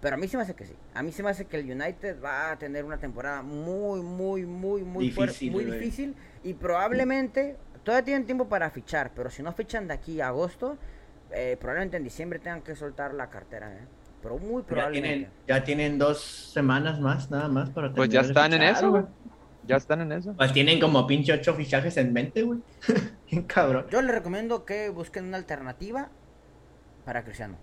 S1: pero a mí se me hace que sí. A mí se me hace que el United va a tener una temporada muy, muy, muy, muy fuerte,
S2: Difícil,
S1: muy
S2: güey.
S1: difícil y probablemente todavía tienen tiempo para fichar, pero si no fichan de aquí a agosto, eh, probablemente en diciembre tengan que soltar la cartera, ¿eh? pero muy
S2: Ya
S1: probablemente.
S2: tienen, ya tienen dos semanas más, nada más, para
S3: Pues ya
S2: terminar de
S3: están en
S2: fichar,
S3: eso, güey. Ya están en eso.
S2: Pues tienen como pinche ocho fichajes en mente, güey. Bien cabrón.
S1: Yo les recomiendo que busquen una alternativa para Cristiano.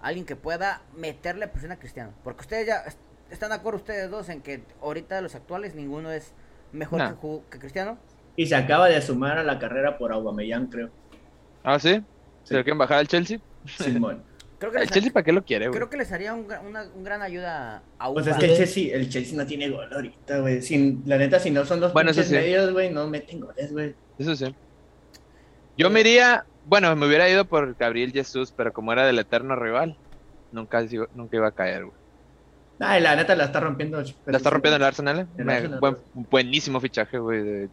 S1: Alguien que pueda meterle presión a Cristiano. Porque ustedes ya est- están de acuerdo ustedes dos en que ahorita de los actuales ninguno es mejor
S3: No.
S1: que, Ju- que Cristiano.
S2: Y se acaba de sumar a la carrera por Aubameyang, creo.
S3: Ah, sí. ¿Se lo quieren bajar al Chelsea?
S2: Simón.
S1: Creo que
S3: ¿El
S1: les, ha-
S3: Chelsea para qué lo quiere, güey?
S1: creo que les haría un, gra- una un gran ayuda a
S2: Pues
S1: Uba.
S2: es que el Chelsea, el Chelsea no tiene gol ahorita, güey. Sin, la neta, si no son los
S3: Bueno, eso
S2: pinches
S3: sí.
S2: medios, güey, no meten goles, güey.
S3: Eso sí. Yo me iría, bueno, me hubiera ido por Gabriel Jesús, pero como era del eterno rival, nunca, sigo- nunca iba a caer, güey.
S2: Ay, la neta la está rompiendo.
S3: La está rompiendo el Arsenal, ¿eh?
S2: El
S3: Me-
S2: Arsenal,
S3: buen- buenísimo fichaje, güey, de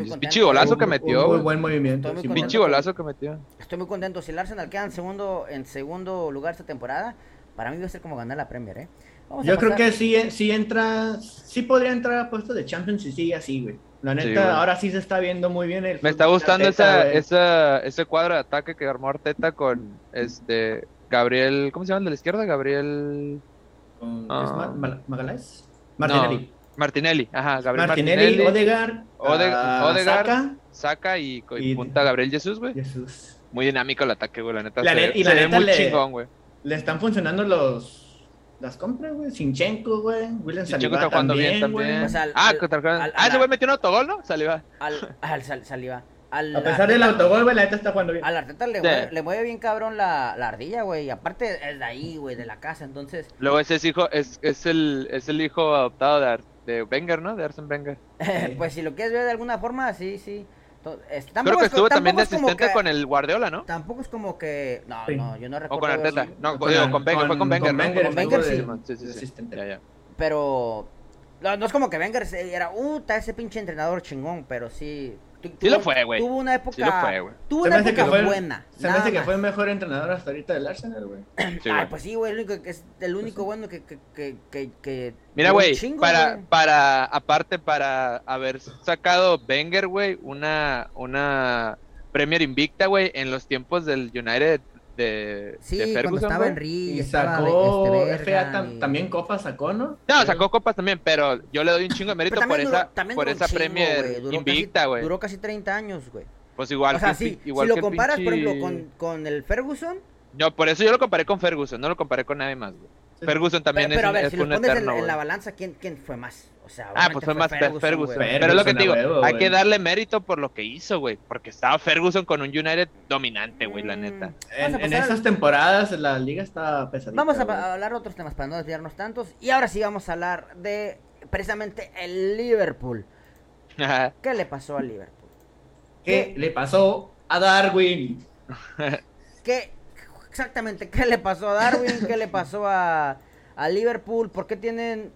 S1: Estoy muy
S3: Jesús.
S1: contento.
S3: Pinche golazo que
S2: Un-
S3: metió,
S2: Un muy
S3: güey.
S2: buen movimiento.
S1: Estoy muy
S2: Simón.
S1: contento.
S3: Pinche golazo que metió.
S1: Estoy muy contento. Si el Arsenal queda en segundo, en segundo lugar esta temporada, para mí va a ser como ganar la Premier, ¿eh? Vamos a
S2: Yo creo
S1: pasar-
S2: que sí, eh, sí entra, sí podría entrar a puestos de Champions si sigue así, güey. La neta,
S3: Sí, güey.
S2: ahora sí se está viendo muy bien el.
S3: Me está
S2: fútbol de
S3: gustando
S2: Arteta,
S3: esa,
S2: güey.
S3: esa, ese cuadro de ataque que armó Arteta con este Gabriel, ¿cómo se llama el de la izquierda? Gabriel
S2: Con- ¿es
S3: Ah.
S2: Ma- Ma- Magalhães? Martinelli.
S3: Martinelli. Ajá, Gabriel
S2: Martinelli,
S3: Martinelli,
S2: Odegar,
S3: Ode- Odegaard.
S2: Saka,
S3: saca y, y
S2: Y-
S3: punta a Gabriel Jesús, güey.
S2: Jesús.
S3: Muy dinámico el ataque, güey, la neta.
S2: La
S3: se
S2: net-
S3: ve-
S2: y la
S3: se ve
S2: neta
S3: muy
S2: le-
S3: chingón, güey.
S2: Le están funcionando los las compras, güey. Sinchenko, güey. William
S3: Chico
S2: Saliba
S3: está jugando bien
S2: güey.
S3: también.
S1: Pues al-
S3: ah,
S1: al-
S3: contra el Gran-
S1: al-
S3: ah, ese
S1: al-
S3: güey metió un autogol, ¿no? Saliva.
S1: Al, al sal- saliva. Al,
S2: A pesar del autogol, güey, la neta está jugando bien.
S1: Al Arteta le,
S3: Sí.
S1: mueve, le mueve bien cabrón la, la ardilla, güey. Y aparte es de ahí, güey, de la casa. Entonces,
S3: Luego ese es hijo, es, es el, es el hijo adoptado de, Ar- de Wenger, ¿no? De Arsene Wenger.
S2: Sí.
S1: pues si lo quieres ver de alguna forma, sí, sí. To- es-
S3: Creo
S1: tampoco
S3: que
S1: es co-
S3: estuvo también de
S1: tampoco es como
S3: asistente
S1: que-
S3: con el Guardiola, ¿no?
S1: Tampoco es como que. No,
S2: Sí.
S1: no, yo no
S3: O
S1: recuerdo.
S3: con Arteta.
S1: eso,
S3: No,
S2: Con-
S3: digo, con Wenger, fue
S2: con-
S3: con Wenger,
S2: con
S3: ¿no?
S2: Wenger,
S3: Con Wenger,
S1: sí.
S3: Simón, sí, sí, sí.
S2: Asistente.
S3: Ya, ya.
S1: Pero. No, no es como que Wenger se- era. Uh, está ese pinche entrenador chingón, pero sí. tu-
S3: Sí
S1: tuvo-
S3: lo fue, güey.
S1: Tuvo una época.
S3: Sí lo fue, güey.
S1: Tuvo
S2: Se me
S1: una
S2: hace que
S1: época
S2: fue el-
S1: buena.
S2: Se me
S1: nada
S2: hace que
S1: más.
S2: fue el mejor entrenador hasta ahorita del Arsenal, güey.
S3: Sí,
S1: Ay,
S3: güey.
S1: pues sí, güey, el único que es el único bueno que, que, que, que, que-
S3: Mira,
S1: un
S3: güey,
S1: chingo,
S3: para,
S1: güey.
S3: para, aparte, para haber sacado Wenger, güey, una, una Premier invicta, güey, en los tiempos del United de,
S1: Sí,
S3: de
S1: cuando
S3: Ferguson,
S1: estaba
S3: güey.
S1: Henry,
S2: Y
S1: estaba
S2: sacó
S1: este,
S2: FA
S1: Bergan
S2: tam-
S1: y-
S2: también Copa sacó, ¿no?
S3: No, sacó copas también, pero yo le doy un chingo de mérito
S1: Pero
S3: por
S1: también duró-
S3: esa,
S1: también
S3: por
S1: duró un
S3: esa
S1: chingo,
S3: Premier
S1: güey, duró
S3: invicta,
S1: casi-
S3: güey.
S1: Duró casi 30 años, güey.
S3: Pues igual
S1: O sea,
S3: que el
S1: sí,
S3: pi- igual
S1: si
S3: que
S1: lo
S3: el
S1: comparas, por
S3: pinche-
S1: ejemplo, con, con el Ferguson,
S3: No, por eso yo lo comparé con Ferguson, no lo comparé con nadie más, güey.
S2: Sí,
S3: Ferguson también
S1: pero, pero a
S3: es,
S1: ver,
S3: es
S1: si
S3: un
S1: lo pones en-
S3: eterno,
S1: en,
S3: güey.
S1: la balanza, ¿quién, quién fue más? O sea,
S3: Ah,
S1: obviamente
S3: pues fue
S1: fue
S3: más Fer- Ferguson.
S1: güey.
S3: Pero es lo que
S2: Ferguson,
S3: te digo,
S2: a huevo,
S3: hay
S2: güey.
S3: que darle mérito por lo que hizo, güey. Porque estaba Ferguson con un United dominante, eh, güey, la
S1: Mm.
S3: neta.
S1: Vamos
S2: En,
S1: a
S2: en
S1: pasar a-
S2: esas temporadas la liga está pesadita.
S1: Vamos a
S2: güey.
S1: pa- a hablar de otros temas para no desviarnos tantos. Y ahora sí vamos a hablar de precisamente el Liverpool. ¿Qué le pasó al Liverpool?
S2: ¿Qué le pasó a Darwin?
S1: ¿Qué exactamente qué le pasó a Darwin? ¿Qué le pasó a, a Liverpool? ¿Por qué tienen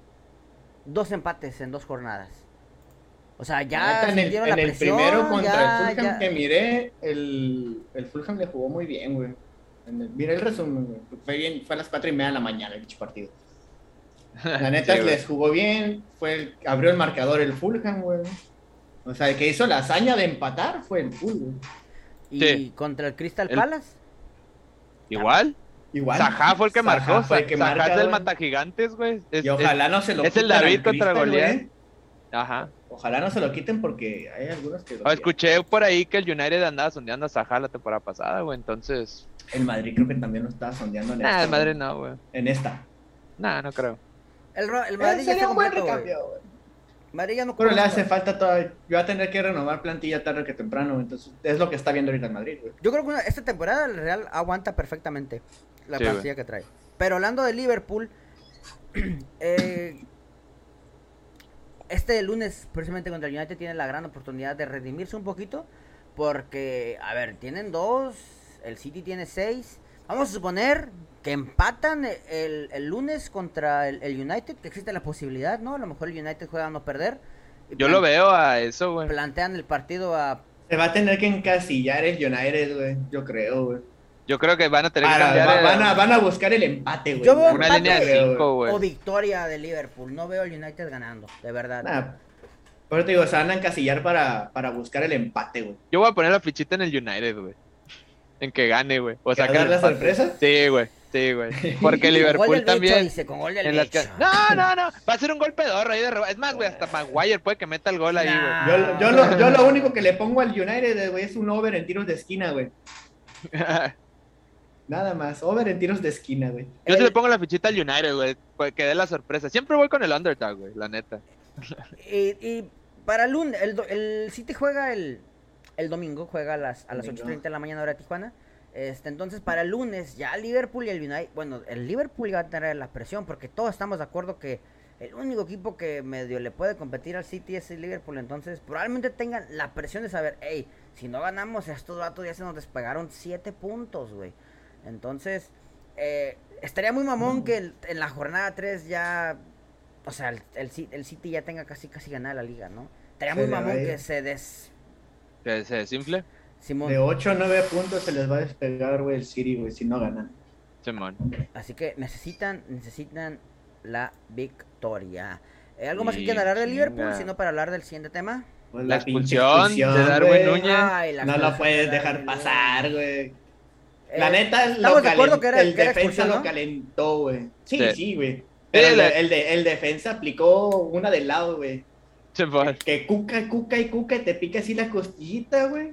S1: dos empates en dos jornadas? O sea, ya
S2: Neta, Ah, en el,
S1: sintieron
S2: en
S1: la
S2: el
S1: presión,
S2: primero contra
S1: ya-
S2: el Fulham
S1: ya-
S2: que miré, el, el Fulham le jugó muy bien, güey. En el- miré el resumen, güey. Fue, bien, fue a las cuatro y media de la mañana el pinche partido. La neta
S3: Sí, güey.
S2: les jugó bien, fue el- abrió el marcador el Fulham, güey. O sea, el que hizo la hazaña de empatar fue el Fulham.
S1: Y
S3: Sí.
S1: contra el Crystal
S3: El-
S1: Palace.
S3: Igual.
S2: Igual.
S3: Sajá fue el que
S2: Saha
S3: marcó.
S2: fue el que
S3: Sajá
S2: marca,
S3: es del
S2: güey.
S3: Matagigantes, güey. Es-
S2: Y
S3: es-
S2: ojalá no se lo
S3: es el
S2: quiten al
S3: David contra
S2: Crystal,
S3: Goliat.
S2: güey.
S3: Ajá.
S2: Ojalá no se lo quiten porque hay algunos que. lo
S3: O,
S2: quieren.
S3: escuché por ahí que el United andaba sondeando a Sajá la temporada pasada, güey. Entonces.
S2: El Madrid creo que también lo estaba sondeando en
S3: Nah,
S2: esta.
S3: Ah, el Madrid
S2: güey.
S3: no, güey.
S2: En esta.
S3: Nah, no creo.
S1: El, Ro- el
S2: Eh,
S1: Madrid ya está
S2: sería un buen
S1: completo, güey.
S2: recambio, güey.
S1: Madrid ya no
S2: Pero le
S1: ocupa
S2: hace
S1: nada.
S2: falta todavía. Yo voy a tener que renovar plantilla tarde que temprano. Entonces, es lo que está viendo ahorita el Madrid, güey.
S1: Yo creo que una- esta temporada el Real aguanta perfectamente la
S3: Sí,
S1: plantilla que
S3: güey.
S1: trae. Pero hablando de Liverpool, eh, este lunes, precisamente contra el United, tienen la gran oportunidad de redimirse un poquito. Porque, a ver, tienen dos, el City tiene seis. Vamos a suponer que empatan el, el- el lunes contra el, el United, que existe la posibilidad, ¿no? A lo mejor el United juega a no perder. y
S3: Yo lo
S1: plan-
S3: veo a eso, güey.
S1: Plantean el partido a
S2: Se va a tener que encasillar el United, güey. Yo creo, güey.
S3: Yo creo que van a tener que
S2: Ahora,
S3: cambiar
S2: va-
S3: el-
S2: van, a, van a buscar el empate, güey.
S1: Yo veo
S3: una
S1: empate,
S3: línea de
S2: creo, güey.
S3: cinco,
S1: o
S3: güey.
S1: victoria de Liverpool. No veo al United ganando, de verdad.
S3: Ah,
S2: Nah, Por eso te digo, se van a encasillar para, para buscar el empate, güey.
S3: Yo voy a poner la fichita en el United, güey. En que gane, güey. O sea,
S2: ¿Quieres
S3: que
S2: dar
S3: el
S2: la
S3: empate.
S2: sorpresa?
S3: Sí, güey. Sí, güey. Porque
S1: Con gol
S3: Liverpool
S1: del bicho,
S3: también.
S1: dice, con gol del
S3: en las
S1: bicho.
S3: ca- No, no, no. Va a ser un golpe de oro ahí de reba- Es más, güey, hasta Maguire puede que meta el gol ahí, güey.
S1: Nah.
S2: Yo, yo lo, yo lo único que le pongo al United, güey, es un over en tiros de esquina, güey. Nada más, over en tiros de esquina, güey.
S3: Yo sí
S1: El-
S3: le pongo la fichita al United, güey. pues, Que dé la sorpresa. Siempre voy con el underdog, güey, la neta.
S1: Y, y para el lunes, el, do- el City juega el, el domingo, juega a las, a las
S2: Domingo.
S1: 8.30 de la mañana hora de Tijuana. Este, entonces, para el lunes, ya el Liverpool y el United, bueno, el Liverpool va a tener la presión, porque todos estamos de acuerdo que el único equipo que medio le puede competir al City es el Liverpool, entonces probablemente tengan la presión de saber, hey, si no ganamos, estos datos ya se nos despegaron 7 puntos, güey. Entonces, eh, estaría muy mamón que el- en la jornada 3 ya, o sea, el, el Ci- el City ya tenga casi casi ganada la liga, ¿no? Estaría
S2: Se
S1: muy
S2: le va a
S1: mamón
S2: ir.
S1: que se des...
S3: Que se desinfle.
S1: Simón.
S2: De 8 a 9 puntos se les va a despegar, güey, el City, güey, si no ganan.
S3: Simón.
S1: Así que necesitan, necesitan la victoria. Eh, ¿Algo más que
S3: Y
S1: quieran hablar de Liverpool?
S3: chinga.
S1: Sino para hablar del siguiente tema.
S2: Pues
S3: La
S2: pinche
S3: expulsión de Darwin
S2: güey.
S3: Núñez.
S1: Ay, la
S2: No
S1: cosa
S2: lo puedes
S1: está
S2: dejar
S1: bien.
S2: pasar, güey.
S1: Eh,
S2: la neta, lo
S1: estamos de acuerdo
S2: calen-
S1: que era-
S2: el
S1: que era
S2: defensa
S1: expulsión,
S2: lo
S1: ¿no?
S2: calentó, güey. Sí,
S3: Sí.
S2: sí, güey. Pero
S3: Sí,
S2: el,
S3: la-
S2: el de- el defensa aplicó una del lado, güey.
S3: Simón.
S2: Que cuca, cuca y cuca y te pica así la costillita, güey.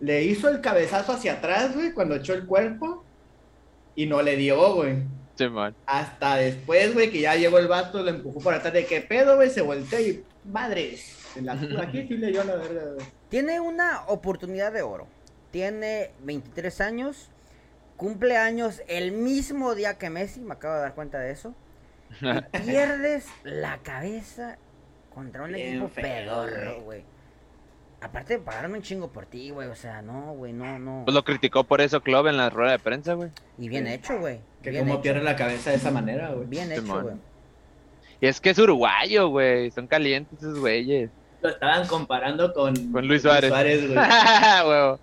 S2: Le hizo el cabezazo hacia atrás, güey, cuando echó el cuerpo. Y no le dio, güey.
S3: Simón.
S2: Hasta después, güey, que ya llegó el vato, lo empujó para atrás de qué pedo, güey, se volteó y madres. se la- Aquí sí le dio la verga, güey.
S1: Tiene una oportunidad de oro. Tiene 23 años. Cumple años el mismo día que Messi. Me acabo de dar cuenta de eso. Y pierdes la cabeza contra un
S2: Bien
S1: equipo
S2: feo, eh.
S1: pedorro,
S2: güey.
S1: güey. Aparte, pagaron un chingo por ti, güey. O sea, no, güey, no, no.
S3: Pues lo criticó por eso Klopp en la rueda de prensa, güey.
S1: Y bien hecho, güey.
S2: Que
S1: bien
S2: como
S1: hecho.
S2: pierde la cabeza de esa manera, güey.
S1: Bien hecho,
S3: Simón.
S1: güey.
S3: Y es que es uruguayo, güey. Son calientes esos güeyes.
S2: Lo estaban comparando con,
S3: Con Luis Suárez.
S2: güey.
S3: Huevo.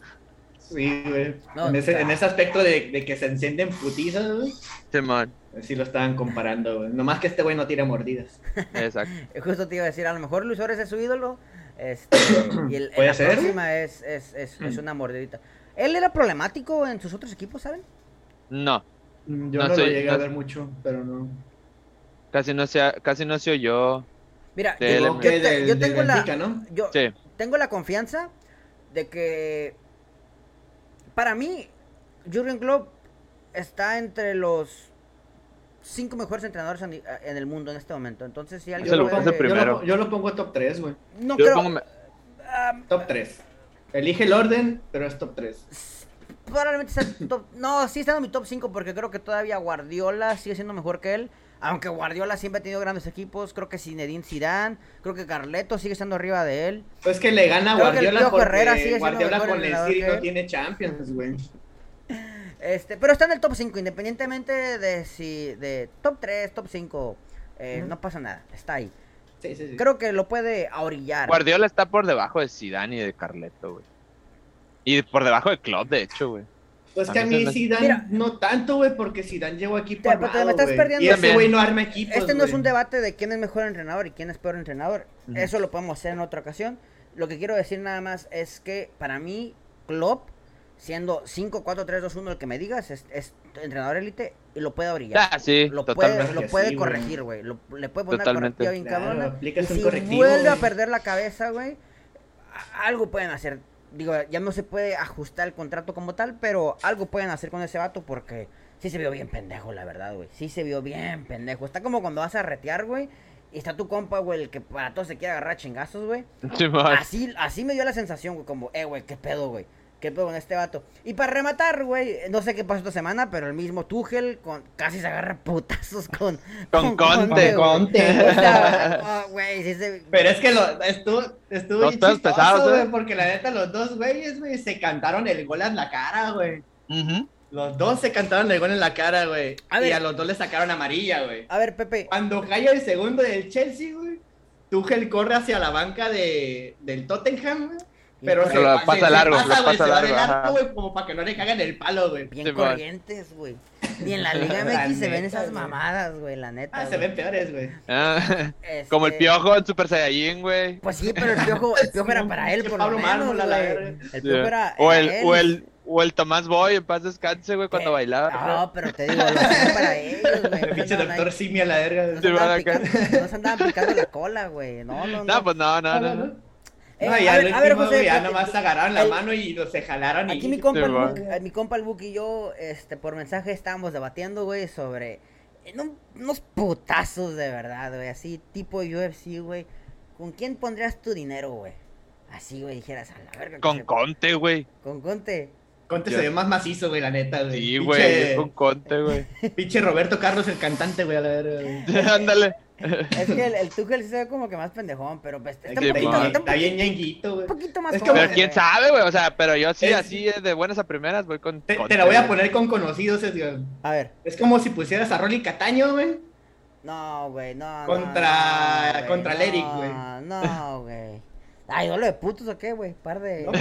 S2: Sí, güey.
S1: No,
S2: en, ese,
S1: está.
S2: en ese aspecto de, de que se encienden putizas, güey.
S3: Simón.
S2: Sí lo estaban comparando, güey. Nomás que este güey no tira mordidas.
S3: Exacto.
S1: Eh, Justo te iba a decir, a lo mejor Luis Suárez es su ídolo. Este, y el,
S2: ¿Puede
S1: la
S2: ser? Mm.
S1: próxima es, es, es, es una mordidita. Él era problemático en sus otros equipos, ¿saben?
S3: No.
S2: Mm, Yo no,
S3: No
S2: lo
S3: soy-
S2: llegué
S3: no-
S2: a ver mucho, pero no.
S3: Casi no se, ha- casi no se oyó.
S1: Mira,
S3: Sí,
S1: yo-
S3: él
S1: yo,
S3: es-
S2: que
S1: te-
S2: del-
S1: yo
S2: del
S1: tengo la
S2: Benfica, ¿no?
S1: yo
S3: Sí.
S1: tengo la confianza de que para mí Jurgen Klopp está entre los cinco mejores entrenadores en, en el mundo en este momento. Entonces, si alguien.
S3: Se lo
S1: puede-
S3: puse
S2: yo
S3: primero.
S2: lo- yo lo pongo top 3, güey.
S1: No
S3: Yo
S1: creo.
S3: pongo me-
S1: ah,
S2: Top 3. Elige el orden, pero es top 3.
S1: probablemente sea el top. No, sí está en mi top 5 porque creo que todavía Guardiola sigue siendo mejor que él. Aunque Guardiola siempre ha tenido grandes equipos. Creo que Zinedine Zidane. Creo que Carleto sigue estando arriba de él.
S2: Pues Es que le gana a
S1: Creo que el
S2: Guardiola
S1: Piojo
S2: porque
S1: Herrera sigue siendo
S2: Guardiola
S1: mejor
S2: con el
S1: entrenador
S2: City
S1: que
S2: no
S1: él.
S2: tiene Champions, güey.
S1: Este, pero está en el top 5, independientemente de si. de top 3, top 5. eh,
S2: Ujú.
S1: No pasa nada, está ahí.
S2: Sí, sí, sí.
S1: Creo que lo puede ahorillar.
S3: Guardiola está por debajo de Zidane y de Carleto, güey. Y por debajo de Klopp, de hecho, güey.
S2: Pues que a
S3: a mí
S2: mí
S3: se me-
S2: Zidane
S1: Mira.
S2: no tanto, güey, porque Zidane llegó aquí
S1: Te-
S2: por
S1: pero te me estás perdiendo.
S2: Y ese
S3: También.
S2: güey no arma equipos,
S1: Este no es
S2: güey.
S1: un debate de quién es mejor entrenador y quién es peor entrenador. Eso lo podemos hacer en otra ocasión. Lo que quiero decir nada más es que para mí, Klopp, siendo 5, 4, 3, 2, 1, el que me digas, es, es entrenador élite y lo puede orillar.
S3: Ah, sí,
S1: lo puede,
S3: totalmente.
S1: lo
S2: que
S1: puede
S2: sí, güey.
S1: corregir, güey. Lo- Le puede poner una
S3: Totalmente.
S1: correctiva bien
S2: Claro,
S1: cabrona.
S2: aplicas
S1: Y
S2: un
S1: si
S2: correctivo,
S1: vuelve a
S2: güey.
S1: perder la cabeza, güey, a- algo pueden hacer. Digo, ya no se puede ajustar el contrato como tal, pero algo pueden hacer con ese vato porque sí se vio bien pendejo, la verdad, güey. Sí se vio bien pendejo. Está como cuando vas a retear, güey, y está tu compa, güey, el que para todo se quiere agarrar a chingazos, güey.
S3: Simón.
S1: Así, así me dio la sensación, güey, como, eh, güey, qué pedo, güey. ¿Qué pedo con este vato? Y para rematar, güey, no sé qué pasó esta semana, pero el mismo Tuchel con, casi se agarra putazos con...
S3: Con Conte.
S1: güey.
S2: Con Conte.
S1: O sea, ah, güey, sí se-
S2: Pero es que lo, estuvo, estuvo
S3: Los
S2: bien
S3: pedos
S2: chistoso,
S3: pesados,
S2: güey,
S3: ¿eh?
S2: porque la neta los dos güeyes, güey, se cantaron el gol en la cara, güey.
S3: Ujú.
S2: Los dos se cantaron el gol en la cara, güey.
S1: A
S2: Y
S1: ver.
S2: a los dos le sacaron amarilla, güey.
S1: A ver, Pepe,
S2: Cuando cae el segundo del Chelsea, güey, Tuchel corre hacia la banca de, del Tottenham, güey. Pero
S1: Pero
S3: la pasa largo, la
S2: güey,
S3: pasa
S2: se va de
S3: largo, ajá.
S2: largo, güey, como para que no le caguen el palo, güey.
S1: bien
S3: Sí,
S1: corrientes, güey. Ni en la Liga
S2: La
S1: MX se ven
S2: neta,
S1: esas
S2: güey.
S1: mamadas, güey, la neta.
S2: Ah, se
S1: güey.
S2: ven peores, güey.
S3: Ah,
S1: Este,
S3: Como el piojo en Super Saiyajin, güey.
S1: Pues sí, pero el piojo, el piojo era para él, por lo
S2: Pablo
S1: menos,
S2: Mármol, a la
S1: güey.
S2: verga.
S1: El piojo era
S3: O el,
S1: era él.
S3: o el, o el Tomás Boy, en paz descanse, güey, cuando
S1: Eh,
S3: bailaba.
S1: No, pero te digo, lo hacían para ellos, güey.
S2: El
S1: No se
S2: pinche
S1: andaban ahí-
S2: doctor Simi a la verga.
S1: no
S2: güey.
S1: se
S3: Sí,
S1: andaban
S3: van acá.
S1: picando- no se andaban picando la cola, güey. No, no, no.
S3: No, pues no, no, no. no.
S1: Eh,
S2: no, ya,
S1: a, ver, a ver, José.
S2: ya
S1: fíjate,
S2: nomás agarraron la
S1: el-
S2: mano y los se jalaron y...
S1: Aquí mi compa,
S3: Sí,
S1: el
S3: va.
S1: Buki- eh, mi compa el Buki y yo, este, por mensaje estábamos debatiendo, güey, sobre en un- unos putazos de verdad, güey, así tipo UFC, güey. ¿Con quién pondrías tu dinero, güey? Así, güey, dijeras a la verga. que
S3: Con
S1: se-
S3: Conte, güey.
S1: con Conte.
S2: Conte
S3: Yo-
S2: se ve más macizo, güey, la neta, güey.
S3: Sí,
S2: Pinche-
S3: güey, es con Conte, güey.
S2: Pinche Roberto Carlos, el cantante, güey, a la verga, güey.
S3: Ándale.
S1: Es que el, el Tuchel sí se ve como que más pendejón, pero pues, está,
S2: Está,
S1: un
S3: Sí,
S1: poquito,
S3: va.
S1: está
S2: bien,
S1: un
S2: está bien
S1: poquito,
S2: ñanguito, güey.
S1: un poquito más
S2: Es como-
S1: joven,
S3: Pero quién
S1: güey.
S3: sabe, güey. O sea, pero yo sí,
S2: Es-
S3: así eh, de buenas a primeras voy con.
S2: Te,
S3: Conte,
S2: te la voy a
S3: güey.
S2: poner con conocidos, es, güey.
S1: A ver,
S2: Es como si pusieras a Rolly Cataño, güey.
S1: no, güey, no. no,
S2: Contra-
S1: no, güey,
S2: contra el Eric,
S1: no,
S2: güey.
S1: No, güey. Ay, ¿dolo de putos o qué, güey? Par de.
S2: ¿no?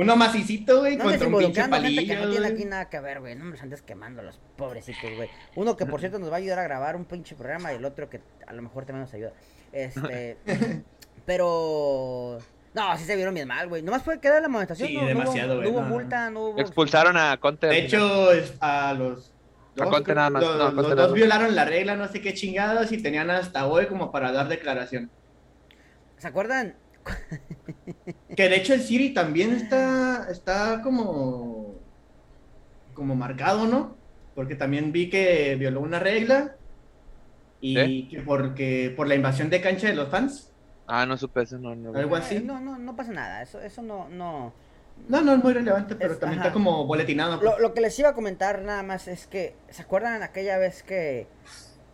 S2: Uno macicito, güey,
S1: No andes
S2: contra un pinche
S1: involucrando gente que
S2: palillo,
S1: no tiene aquí
S2: güey.
S1: nada que ver, güey. No me los andes quemando los pobrecitos, güey. Uno que, por cierto, nos va a ayudar a grabar un pinche programa y el otro que a lo mejor también nos ayuda. Este. pero. No, sí se vieron bien mal, güey. Nomás fue quedar la amonestación.
S2: Sí,
S1: no, no
S2: demasiado,
S1: hubo,
S2: güey,
S1: No hubo
S2: no, Pues, no.
S1: multa, no hubo.
S3: Expulsaron a Conte.
S2: De
S3: al final.
S2: hecho, es- a los...
S3: A
S2: dos,
S3: Conte nada más,
S2: Los,
S3: no, a Conte
S2: los
S3: nada
S2: dos
S3: más.
S2: violaron la regla, no sé qué chingados, y tenían hasta hoy como para dar declaración.
S1: ¿Se acuerdan?
S2: Que de hecho el Siri también está, está como, como marcado, ¿no? Porque también vi que violó una regla y
S3: ¿Sí?
S2: que porque por la invasión de cancha de los fans.
S3: Ah, no supe eso, no, no. güey.
S2: Algo así.
S1: Eh, No, no, no pasa nada. Eso, eso no, no.
S2: No, no es muy relevante, pero
S1: Es-
S2: también
S1: ajá.
S2: está como boletinado. pues.
S1: Lo, lo que les iba a comentar nada más es que, ¿se acuerdan aquella vez que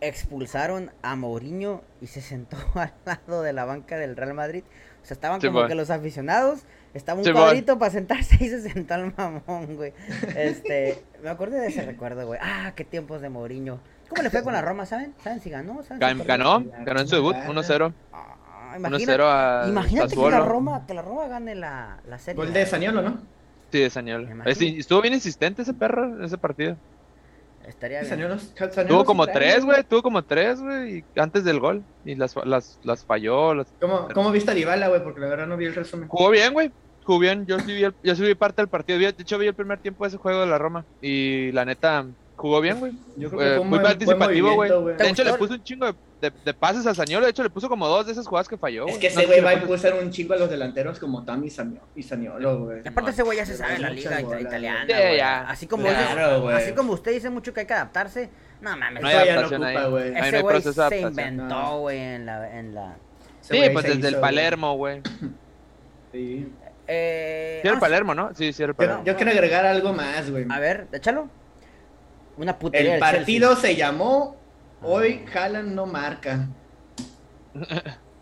S1: expulsaron a Mourinho y se sentó al lado de la banca del Real Madrid? O sea, estaban como
S3: Simón.
S1: que los aficionados, estaba un
S3: Simón.
S1: cuadrito para sentarse y se sentó al mamón, güey. Este, me acordé de ese recuerdo, güey. Ah, qué tiempos de Mourinho. ¿Cómo le fue con la Roma, saben? ¿Saben si ganó? ¿Saben si
S3: Gan-
S1: perdió?
S3: Ganó, ganó en su debut, 1-0.
S1: Ah, imagina-
S3: 1-0 a
S1: imagínate que la,
S3: Sassuolo.
S1: Roma, que la Roma gane la, la serie.
S2: Gol de Saniolo, ¿no?
S3: Sí, de Saniolo.
S1: Me imagino.
S3: Es- Estuvo bien insistente ese perro en ese partido.
S1: Estaría bien.
S2: Saniolo, Saniolo
S3: Tuvo
S2: sí
S3: como
S2: trae,
S3: tres,
S2: ¿no?
S3: güey, tuvo como tres, güey, y antes del gol. Y las, las, las falló. las-
S2: ¿Cómo, ¿Cómo viste a Dybala, güey? Porque la verdad no vi el resumen.
S3: Jugó bien, güey. Jugó bien. Yo sí, vi el- yo sí vi parte del partido. Vi- De hecho, vi el primer tiempo de ese juego de la Roma. Y la neta, jugó bien, güey.
S2: Yo creo que
S3: Eh,
S2: fue un
S3: Muy
S2: buen- buen
S3: participativo, güey.
S2: movimiento,
S3: De hecho, le
S1: gustó?
S3: puso un chingo de... de, de pases a Saniolo. De hecho, le puso como dos de esas jugadas que falló.
S2: Es
S3: güey.
S2: que
S3: No
S2: ese
S3: sé
S2: güey
S3: si
S2: va a
S3: le pones-
S2: impulsar un chingo a los delanteros como Tam y Sanio- y Saniolo, güey.
S1: Y Aparte
S3: No,
S1: ese güey ya se sabe la
S2: muchas
S1: liga ita-
S2: bolas,
S1: italiana,
S3: güey. Sí,
S1: güey.
S3: ya.
S1: Así como
S2: Claro,
S1: ellos-
S2: güey.
S1: así como usted dice mucho que hay que adaptarse. No mames.
S3: No hay
S2: Eso ya no
S3: adaptación
S2: ocupa,
S3: ahí.
S2: güey.
S3: Ahí no hay
S1: ese güey
S3: proceso de
S1: se
S3: adaptación.
S1: inventó,
S2: No.
S1: güey, en la en la
S2: Ese
S3: Sí,
S2: güey
S3: pues
S2: se
S3: desde el
S2: hizo,
S3: Palermo, güey.
S2: güey. Sí.
S1: eh,
S3: Sí, era el
S1: vamos-
S3: Palermo, ¿no? Sí, sí, era
S2: Yo,
S3: el Palermo.
S2: yo quiero agregar algo más, güey.
S1: A ver, échalo. Una putería
S2: El
S1: del Chelsea.
S2: partido se llamó Hoy Haaland no marca.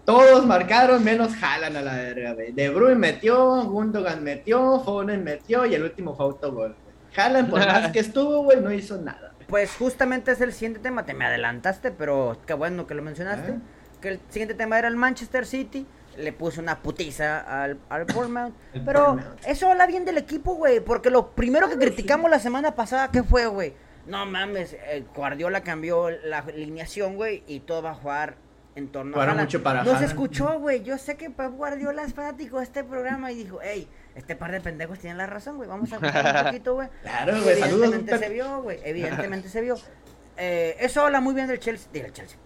S2: Todos marcaron menos Haaland a la verga, güey. De Bruyne metió, Gundogan metió, Foden metió y el último fue autogol. güey. Haaland, por más que estuvo, güey, no hizo nada.
S1: Pues justamente es el siguiente tema, te me adelantaste, pero qué bueno que lo mencionaste.
S2: Ah.
S1: Que el siguiente tema era el Manchester City, le puso una putiza al, al Bournemouth.
S2: El
S1: pero
S2: Bournemouth.
S1: eso habla bien del equipo, güey, porque lo primero que criticamos la semana pasada, ¿qué fue, güey? No mames, eh, Guardiola cambió la alineación, güey, y todo va a jugar en torno
S2: Jugaron
S1: Haaland.
S2: mucho para
S1: No se
S2: Haaland.
S1: escuchó, güey, yo sé que Pep Guardiola es fanático de este programa y dijo, hey, este par de pendejos tienen la razón, güey, vamos a jugar un poquito, güey.
S2: Claro,
S1: Y
S2: güey, saludos.
S1: Evidentemente se vio, güey. Evidentemente se vio. Eh, eso habla muy bien del Chelsea. Del Chelsea.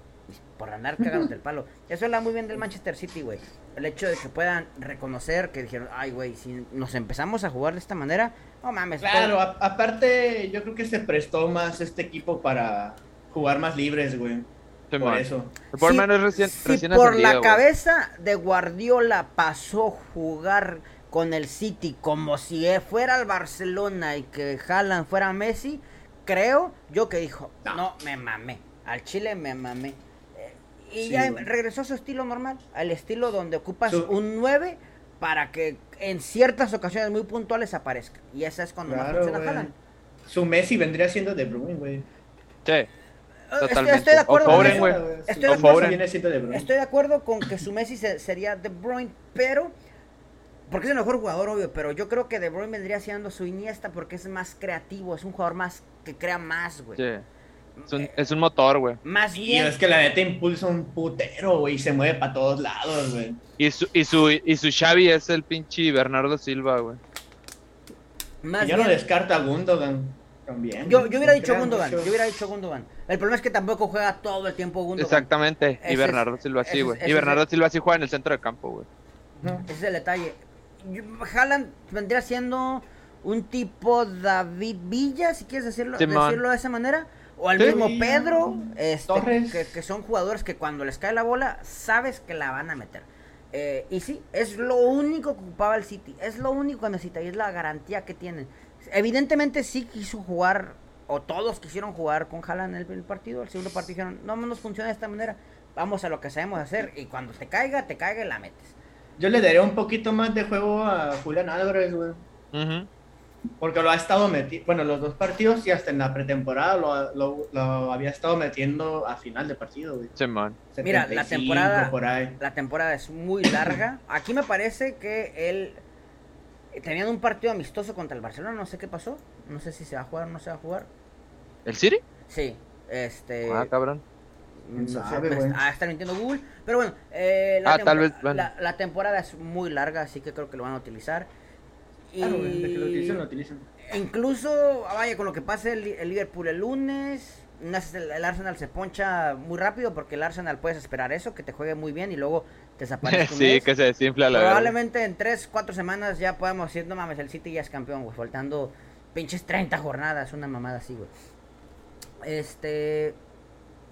S1: Por andar cagados del palo. Eso habla muy bien del Manchester City, güey. El hecho de que puedan reconocer que dijeron, ay, güey, si nos empezamos a jugar de esta manera, no mames.
S2: Claro, a- aparte, yo creo que se prestó más este equipo para jugar más libres, güey.
S3: Simón.
S2: Por eso.
S3: El Bournemouth
S1: Si-
S3: es recién,
S1: si
S3: recién
S1: por
S3: ascendido,
S1: la
S3: güey.
S1: cabeza de Guardiola pasó jugar con el City como si eh, fuera el Barcelona y que Haaland fuera Messi, creo yo que dijo, no,
S2: No.
S1: me mamé, al Chile me mamé. Eh, Y
S2: Sí,
S1: ya
S2: güey.
S1: regresó a su estilo normal, al estilo donde ocupas
S2: Su-
S1: un 9 para que en ciertas ocasiones muy puntuales aparezca. Y esa es cuando más
S2: Claro,
S1: funciona
S2: güey.
S1: Haaland. Eh,
S2: Su Messi vendría siendo De Bruyne, güey.
S3: Sí.
S1: Eh, Estoy,
S3: Totalmente.
S1: estoy de acuerdo
S3: O
S1: con
S3: Foden,
S1: eso.
S3: güey.
S1: Estoy
S2: Sí,
S1: de
S2: o
S1: acuerdo.
S2: Foden viene siendo De Bruyne.
S1: Estoy de acuerdo con que su Messi se- sería De Bruyne, pero. Porque es el mejor jugador, obvio, pero yo creo que De Bruyne vendría siendo su Iniesta porque es más creativo, es un jugador más que crea más, güey.
S3: Sí. Es un, es un motor, güey.
S1: Más
S2: Y
S1: bien.
S2: es que la neta impulsa un putero, güey, y se mueve para todos lados, güey.
S3: Y su, y, su, y su Xavi es el pinche Bernardo Silva, güey.
S1: Más
S2: Y yo no
S1: bien-
S2: descarto a Gundogan también.
S1: yo, yo hubiera
S2: Se
S1: dicho
S2: crean
S1: Gundogan, yo
S2: muchos.
S1: hubiera dicho Gundogan. El problema es que tampoco juega todo el tiempo Gundogan.
S3: Exactamente.
S1: Ese
S3: y
S1: es-
S3: Bernardo Silva
S1: ese
S3: sí,
S1: es-
S3: güey.
S1: ese
S3: Y
S1: es
S3: Bernardo
S1: el-
S3: Silva sí juega en el centro de campo, güey.
S2: Ajá.
S1: Ese es el detalle. Yo- Haaland vendría siendo un tipo David Villa, si quieres decirlo,
S3: Simón.
S1: decirlo de esa manera. O al
S3: Sí.
S1: mismo Pedro, este,
S2: Torres.
S1: que, que son jugadores que cuando les cae la bola, sabes que la van a meter. Eh, y sí, es lo único que ocupaba el City. Es lo único que necesita y es la garantía que tienen. Evidentemente sí quiso jugar, o todos quisieron jugar con Haaland en el primer partido. El segundo partido dijeron, no no nos funciona de esta manera. Vamos a lo que sabemos hacer y cuando te caiga, te caiga y la metes.
S2: Yo le daría un poquito más de juego a Julián Álvarez, güey.
S3: Ujú.
S2: Porque lo ha estado metiendo, bueno, los dos partidos y hasta en la pretemporada lo, ha- lo- lo había estado metiendo a final de partido, güey.
S3: Simón.
S1: Mira, la
S2: 75
S1: temporada-
S2: Por ahí.
S1: La temporada es muy larga. Aquí me parece que él eh, tenían un partido amistoso contra el Barcelona, no sé qué pasó, no sé si se va a jugar o no se va a jugar.
S3: ¿El City?
S1: Sí, este
S3: Ah, cabrón.
S1: no sé,
S2: sabe,
S1: me-
S2: güey.
S1: ah, está mintiendo Google, pero bueno, eh, la,
S3: Ah, tal
S1: tempor-
S3: vez, bueno.
S1: la- la temporada es muy larga, así que creo que lo van a utilizar.
S3: Ah,
S1: Y
S2: Claro, güey, de que lo utilicen, lo utilicen.
S1: incluso, ah, vaya, con lo que pase el, el Liverpool el lunes, no sé, el, el Arsenal se poncha muy rápido porque el Arsenal puedes esperar eso, que te juegue muy bien y luego te desaparezca. un
S3: sí,
S1: mes.
S3: que se desinfla la verdad.
S1: Probablemente en 3, 4 semanas ya podemos decir, no mames, el City ya es campeón, güey. Faltando pinches 30 jornadas, una mamada así, güey. Este.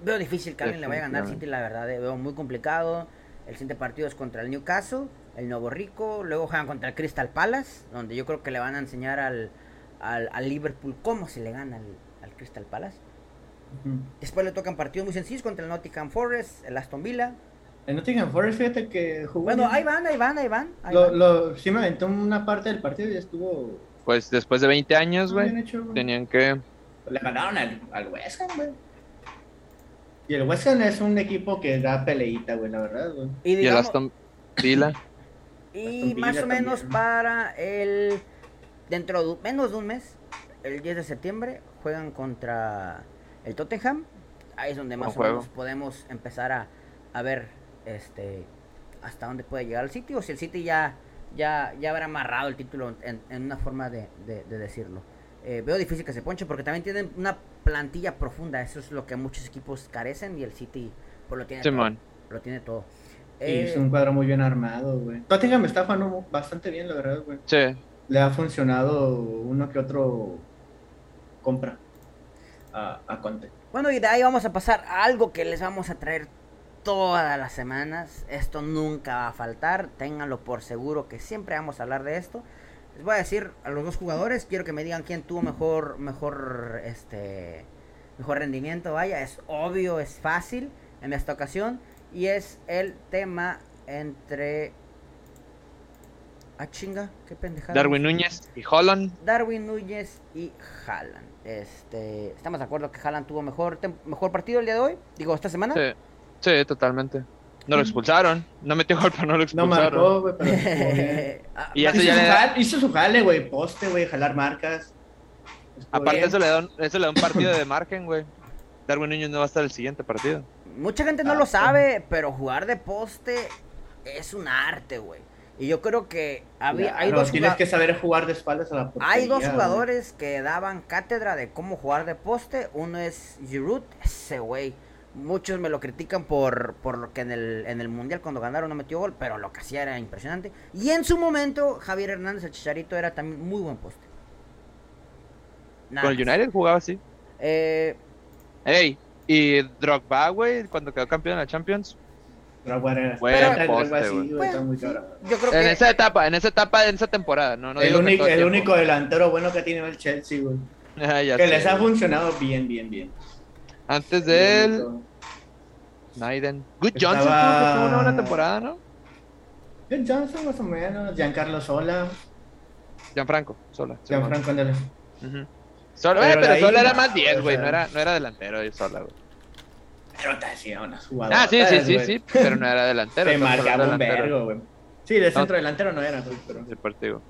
S1: Veo difícil que alguien le vaya a ganar al City, la verdad. eh, Veo muy complicado. El siguiente partido es contra el Newcastle, el Nuevo Rico. Luego juegan contra el Crystal Palace, donde yo creo que le van a enseñar al, al, al Liverpool cómo se le gana al, al Crystal Palace.
S2: Ujú.
S1: Después le tocan partidos muy sencillos contra el Nottingham Forest, el Aston Villa.
S2: El Nottingham Forest, fíjate que jugó.
S1: Bueno,
S2: bien.
S1: ahí van, ahí van, ahí van. ahí
S2: Lo,
S1: van.
S2: lo- sí me aventó una parte del partido y estuvo.
S3: Pues después de 20 años,
S2: bien
S3: Pues, güey,
S2: hecho, güey.
S3: tenían que...
S2: Le ganaron al, al West Ham, güey. Y el West Ham es un equipo que da peleita, güey, la verdad, güey.
S1: Y
S3: Y el
S1: digamos-
S3: Aston Villa.
S1: Y
S2: Aston
S1: más
S2: Villa
S1: o menos
S2: también.
S1: para el. Dentro de menos de un mes, el 10 de septiembre, juegan contra el Tottenham. Ahí es donde
S3: Buen
S1: más o
S3: juego.
S1: menos podemos empezar a, a ver este hasta dónde puede llegar el City o si el City ya, ya, ya habrá amarrado el título en, en una forma de, de- de decirlo. Eh, veo difícil que se ponche porque también tienen una plantilla profunda. Eso es lo que muchos equipos carecen y el City Pues lo tiene
S3: Simón.
S1: todo. Lo tiene todo.
S2: Sí,
S1: Eh,
S2: es un cuadro muy bien armado, güey. Tottenham está jugando bastante bien, la verdad, güey.
S3: Sí.
S2: Le ha funcionado uno que otro compra a, a Conte.
S1: Bueno, y de ahí vamos a pasar a algo que les vamos a traer todas las semanas. Esto nunca va a faltar. Ténganlo por seguro que siempre vamos a hablar de esto. Les voy a decir a los dos jugadores, quiero que me digan quién tuvo mejor, mejor, este, mejor rendimiento. Vaya, es obvio, es fácil en esta ocasión. Y es el tema entre... Ah, chinga, qué pendejada.
S3: Darwin Núñez y Holland.
S1: Darwin Núñez y Haaland. Este, estamos de acuerdo que Haaland tuvo mejor, tem- mejor partido el día de hoy. Digo, esta semana.
S3: Sí. Sí, totalmente.
S1: Mm.
S3: No lo expulsaron. No metió gol, pero no lo
S2: No
S3: expulsaron.
S2: marcó, güey, pero jugó bien.
S1: Ah,
S3: Pues Y eso
S2: hizo,
S3: ya
S2: su
S3: le da-
S2: jal- hizo su jale, güey. Poste, güey, jalar marcas. Estuvo
S3: Aparte,
S2: bien.
S3: eso le, da un, eso le da un partido de margen, güey. Darwin Núñez no va a estar el siguiente partido.
S1: Mucha gente no
S2: Ah,
S1: lo
S2: sí.
S1: sabe, pero jugar de poste es un arte, güey. Y yo creo que había, hay,
S2: Claro,
S1: dos
S2: tienes
S1: jugado-
S2: que saber jugar de espaldas a la portería.
S1: hay dos
S2: güey.
S1: jugadores que daban cátedra de cómo jugar de poste. Uno es Giroud, ese güey. Muchos me lo critican por, por lo que en el, en el Mundial cuando ganaron no metió gol, pero lo que hacía era impresionante. Y en su momento, Javier Hernández, el Chicharito, era también muy buen poste. Nada
S3: Con el
S1: más.
S3: United jugaba así.
S1: Eh,
S3: Ey, y Drogba, güey, cuando quedó campeón en la Champions.
S2: Pero, güey, era-
S3: Buen
S2: era- era
S3: poste,
S2: así,
S3: güey.
S2: güey, está
S1: bueno,
S2: muy
S1: sí,
S2: cabrón.
S1: yo creo
S3: En
S1: que
S3: esa etapa, en esa etapa, en esa temporada. No, no
S2: el
S3: digo que
S2: único,
S3: todo
S2: el
S3: el
S2: único
S3: tiempo.
S2: delantero bueno que tiene el Chelsea, güey.
S3: Ah, ya
S2: Que
S3: sé,
S2: les ha
S3: güey.
S2: funcionado bien, bien, bien.
S3: Antes de él,
S2: Good
S3: Naiden. Good
S2: Estaba-
S3: Johnson tuvo que tuvo una buena temporada, ¿no?
S2: Johnson, más o menos. Giancarlo Sola.
S3: Gianfranco, sola. sí, bueno.
S2: Gianfranco Andela.
S3: Ujú. Sola,
S2: Pero
S3: eh, pero
S2: de ahí
S3: sola era
S2: no,
S3: más 10,
S2: o
S3: güey.
S2: sea.
S3: No era, no era delantero, eh, sola, güey.
S2: Pero te hacía unas jugadas.
S3: Ah, sí, sí, sí, sí, pero no era delantero.
S2: pues, Te
S3: estamos
S2: marcaba un
S3: hablando de delantero
S2: vergo, güey. Sí, de
S3: No.
S2: centro delantero no era, güey. Pero,
S3: del partido.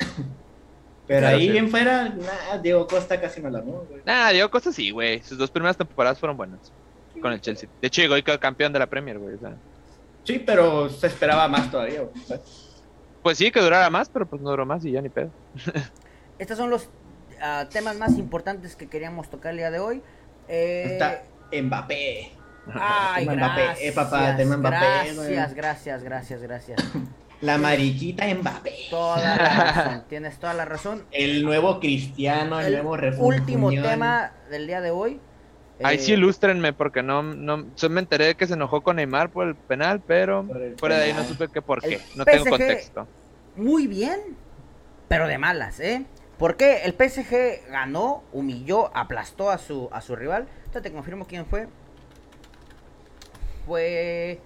S2: pero
S3: Claro,
S2: ahí
S3: sí.
S2: bien fuera, nah, Diego Costa casi no la armó, güey.
S3: Nada, digo cosas así, güey. Sus dos primeras temporadas fueron buenas con el Chelsea. De hecho, llegó y quedó campeón de la Premier, güey. o sea.
S2: Sí, pero se esperaba más todavía, güey.
S3: Eh. Pues sí, que durara más, pero pues no duró más y ya ni pedo.
S1: estos son los ah, temas más importantes que queríamos tocar el día de hoy. Eh,
S2: Está Mbappé.
S1: Ay,
S2: Tema Mbappé,
S1: gracias,
S2: eh, papá, tema Mbappé,
S1: gracias,
S2: güey.
S1: gracias, gracias, gracias.
S2: La mariquita Mbappé.
S1: Toda la razón, tienes toda la razón.
S2: El nuevo cristiano, el,
S1: El
S2: nuevo refugiado.
S1: último tema del día de hoy.
S3: Ahí
S1: eh,
S3: sí ilústrenme, porque no, no. Yo me enteré que se enojó con Neymar por el penal, pero
S2: Por el
S3: fuera de ahí no
S2: penal.
S3: supe que por
S1: El
S3: qué. No tengo
S1: PSG.
S3: contexto.
S1: Muy bien, pero de malas, ¿eh? Porque el PSG ganó, humilló, aplastó a su, a su rival. Ya te confirmo quién fue. Fue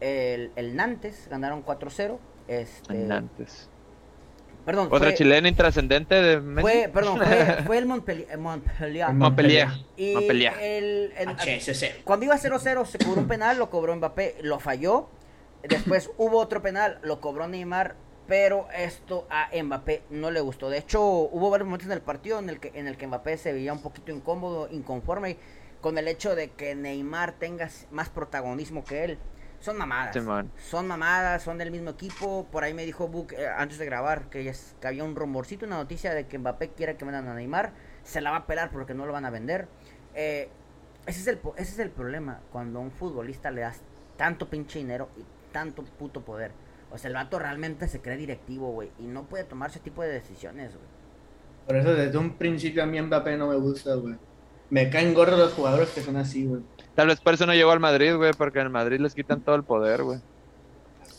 S1: el, el Nantes, ganaron 4-0. Este,
S3: Nantes.
S1: perdón,
S3: Otra
S1: fue-
S3: chilena intrascendente de Messi.
S1: fue, perdón, fue, fue el Montpellier. Montpellier.
S2: El Mon-
S3: Montpellier.
S1: Y
S3: Montpellier.
S1: el- el-
S2: HSC.
S1: cuando iba 0-0 se cobró un penal, lo cobró Mbappé, lo falló. Después hubo otro penal, lo cobró Neymar, pero esto a Mbappé no le gustó. De hecho, hubo varios momentos en el partido en el que en el que Mbappé se veía un poquito incómodo, inconforme con el hecho de que Neymar tenga s- más protagonismo que él. Son mamadas.
S3: Simón.
S1: Son mamadas, son del mismo equipo. Por ahí me dijo Book eh, antes de grabar que, ya es- que había un rumorcito, una noticia de que Mbappé quiere que vendan a Neymar. Se la va a pelar porque no lo van a vender. Eh, ese, es el, po- ese es el problema. Cuando a un futbolista le das tanto pinche dinero y tanto puto poder. O sea, el vato realmente se cree directivo, güey. Y no puede tomar ese tipo de decisiones, güey.
S2: Por eso desde un principio a mí Mbappé no me gusta, güey. Me caen gordos los jugadores que son así, güey.
S3: Tal vez por eso no llegó al Madrid, güey, porque en el Madrid les quitan todo el poder, güey.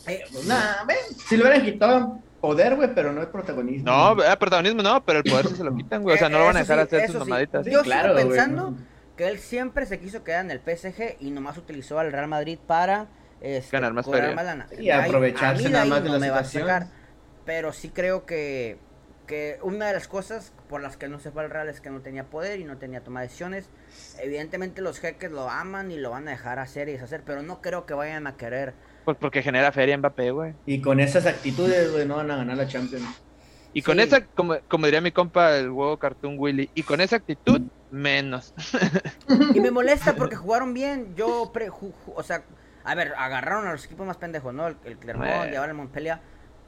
S1: Eh,
S2: Pues, Nah, ven, si le hubieran quitado poder, güey, pero no el protagonismo.
S3: No,
S2: güey.
S3: eh, protagonismo no, pero el poder sí se lo quitan, güey. O sea, no lo van a
S1: Eh, Eso
S3: dejar
S1: sí,
S3: hacer sus
S1: eso sí.
S3: mamaditas.
S1: yo sigo
S2: güey,
S1: pensando-
S2: no.
S1: que él siempre se quiso quedar en el PSG y nomás utilizó al Real Madrid para este,
S3: Ganar más
S1: cobrar
S3: feria.
S1: lana.
S2: Y
S1: De ahí-
S2: aprovecharse
S1: a mí
S2: nada
S1: ahí
S2: más de
S1: no
S2: la
S1: me va a
S2: situación.
S1: sacar, pero sí creo que, que una de las cosas por las que no se fue al Real es que no tenía poder y no tenía toma de decisiones. Evidentemente los jeques lo aman y lo van a dejar hacer y deshacer, pero no creo que vayan a querer.
S3: Pues porque genera feria Mbappé, güey.
S2: Y con esas actitudes, güey, no van a ganar la Champions.
S3: Y con
S1: Sí.
S3: esa, como, como diría mi compa, el huevo cartoon Willy, y con esa actitud, menos.
S1: Y me molesta porque jugaron bien. Yo, pre- ju- ju- o sea, a ver, agarraron a los equipos más pendejos, ¿no? El, el Clermont
S3: Bueno.
S1: y ahora el Montpellier.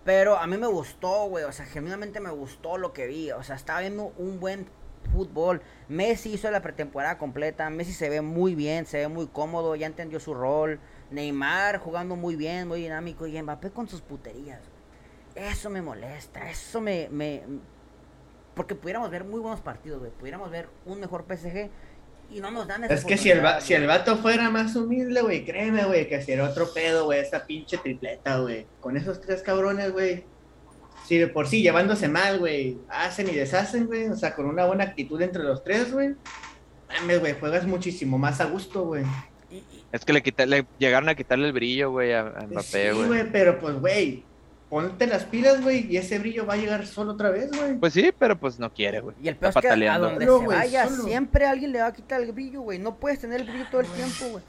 S1: Pero a mí me gustó, güey. O sea, genuinamente me gustó lo que vi. O sea, estaba viendo un buen fútbol. Messi hizo la pretemporada completa. Messi se ve muy bien, se ve muy cómodo, ya entendió su rol. Neymar jugando muy bien, muy dinámico. Y Mbappé con sus puterías. Eso me molesta, eso me, me... Porque pudiéramos ver muy buenos partidos, güey. Pudiéramos ver un mejor PSG y no nos dan esa
S2: Es que si el, va- si el vato fuera más humilde, güey, créeme, güey, que si era otro pedo, güey, esa pinche tripleta, güey. Con esos tres cabrones, güey. Si de por sí llevándose mal, güey, hacen y deshacen, güey. O sea, con una buena actitud entre los tres, güey. Mames, güey, juegas muchísimo más a gusto, güey.
S1: Y- y-
S3: Es que le, quita- le llegaron a quitarle el brillo, güey, a, a
S2: Sí,
S3: Mbappé, güey.
S2: güey, pero pues, güey, ponte las pilas, güey, y ese brillo va a llegar solo otra vez, güey.
S3: Pues sí, pero pues no quiere, güey.
S1: y el peor
S3: Está
S1: es que a
S3: pataleando.
S1: donde
S2: No,
S1: se
S2: güey,
S1: vaya,
S2: solo.
S1: siempre alguien le va a quitar el brillo, güey. No puedes tener el brillo todo el tiempo, güey.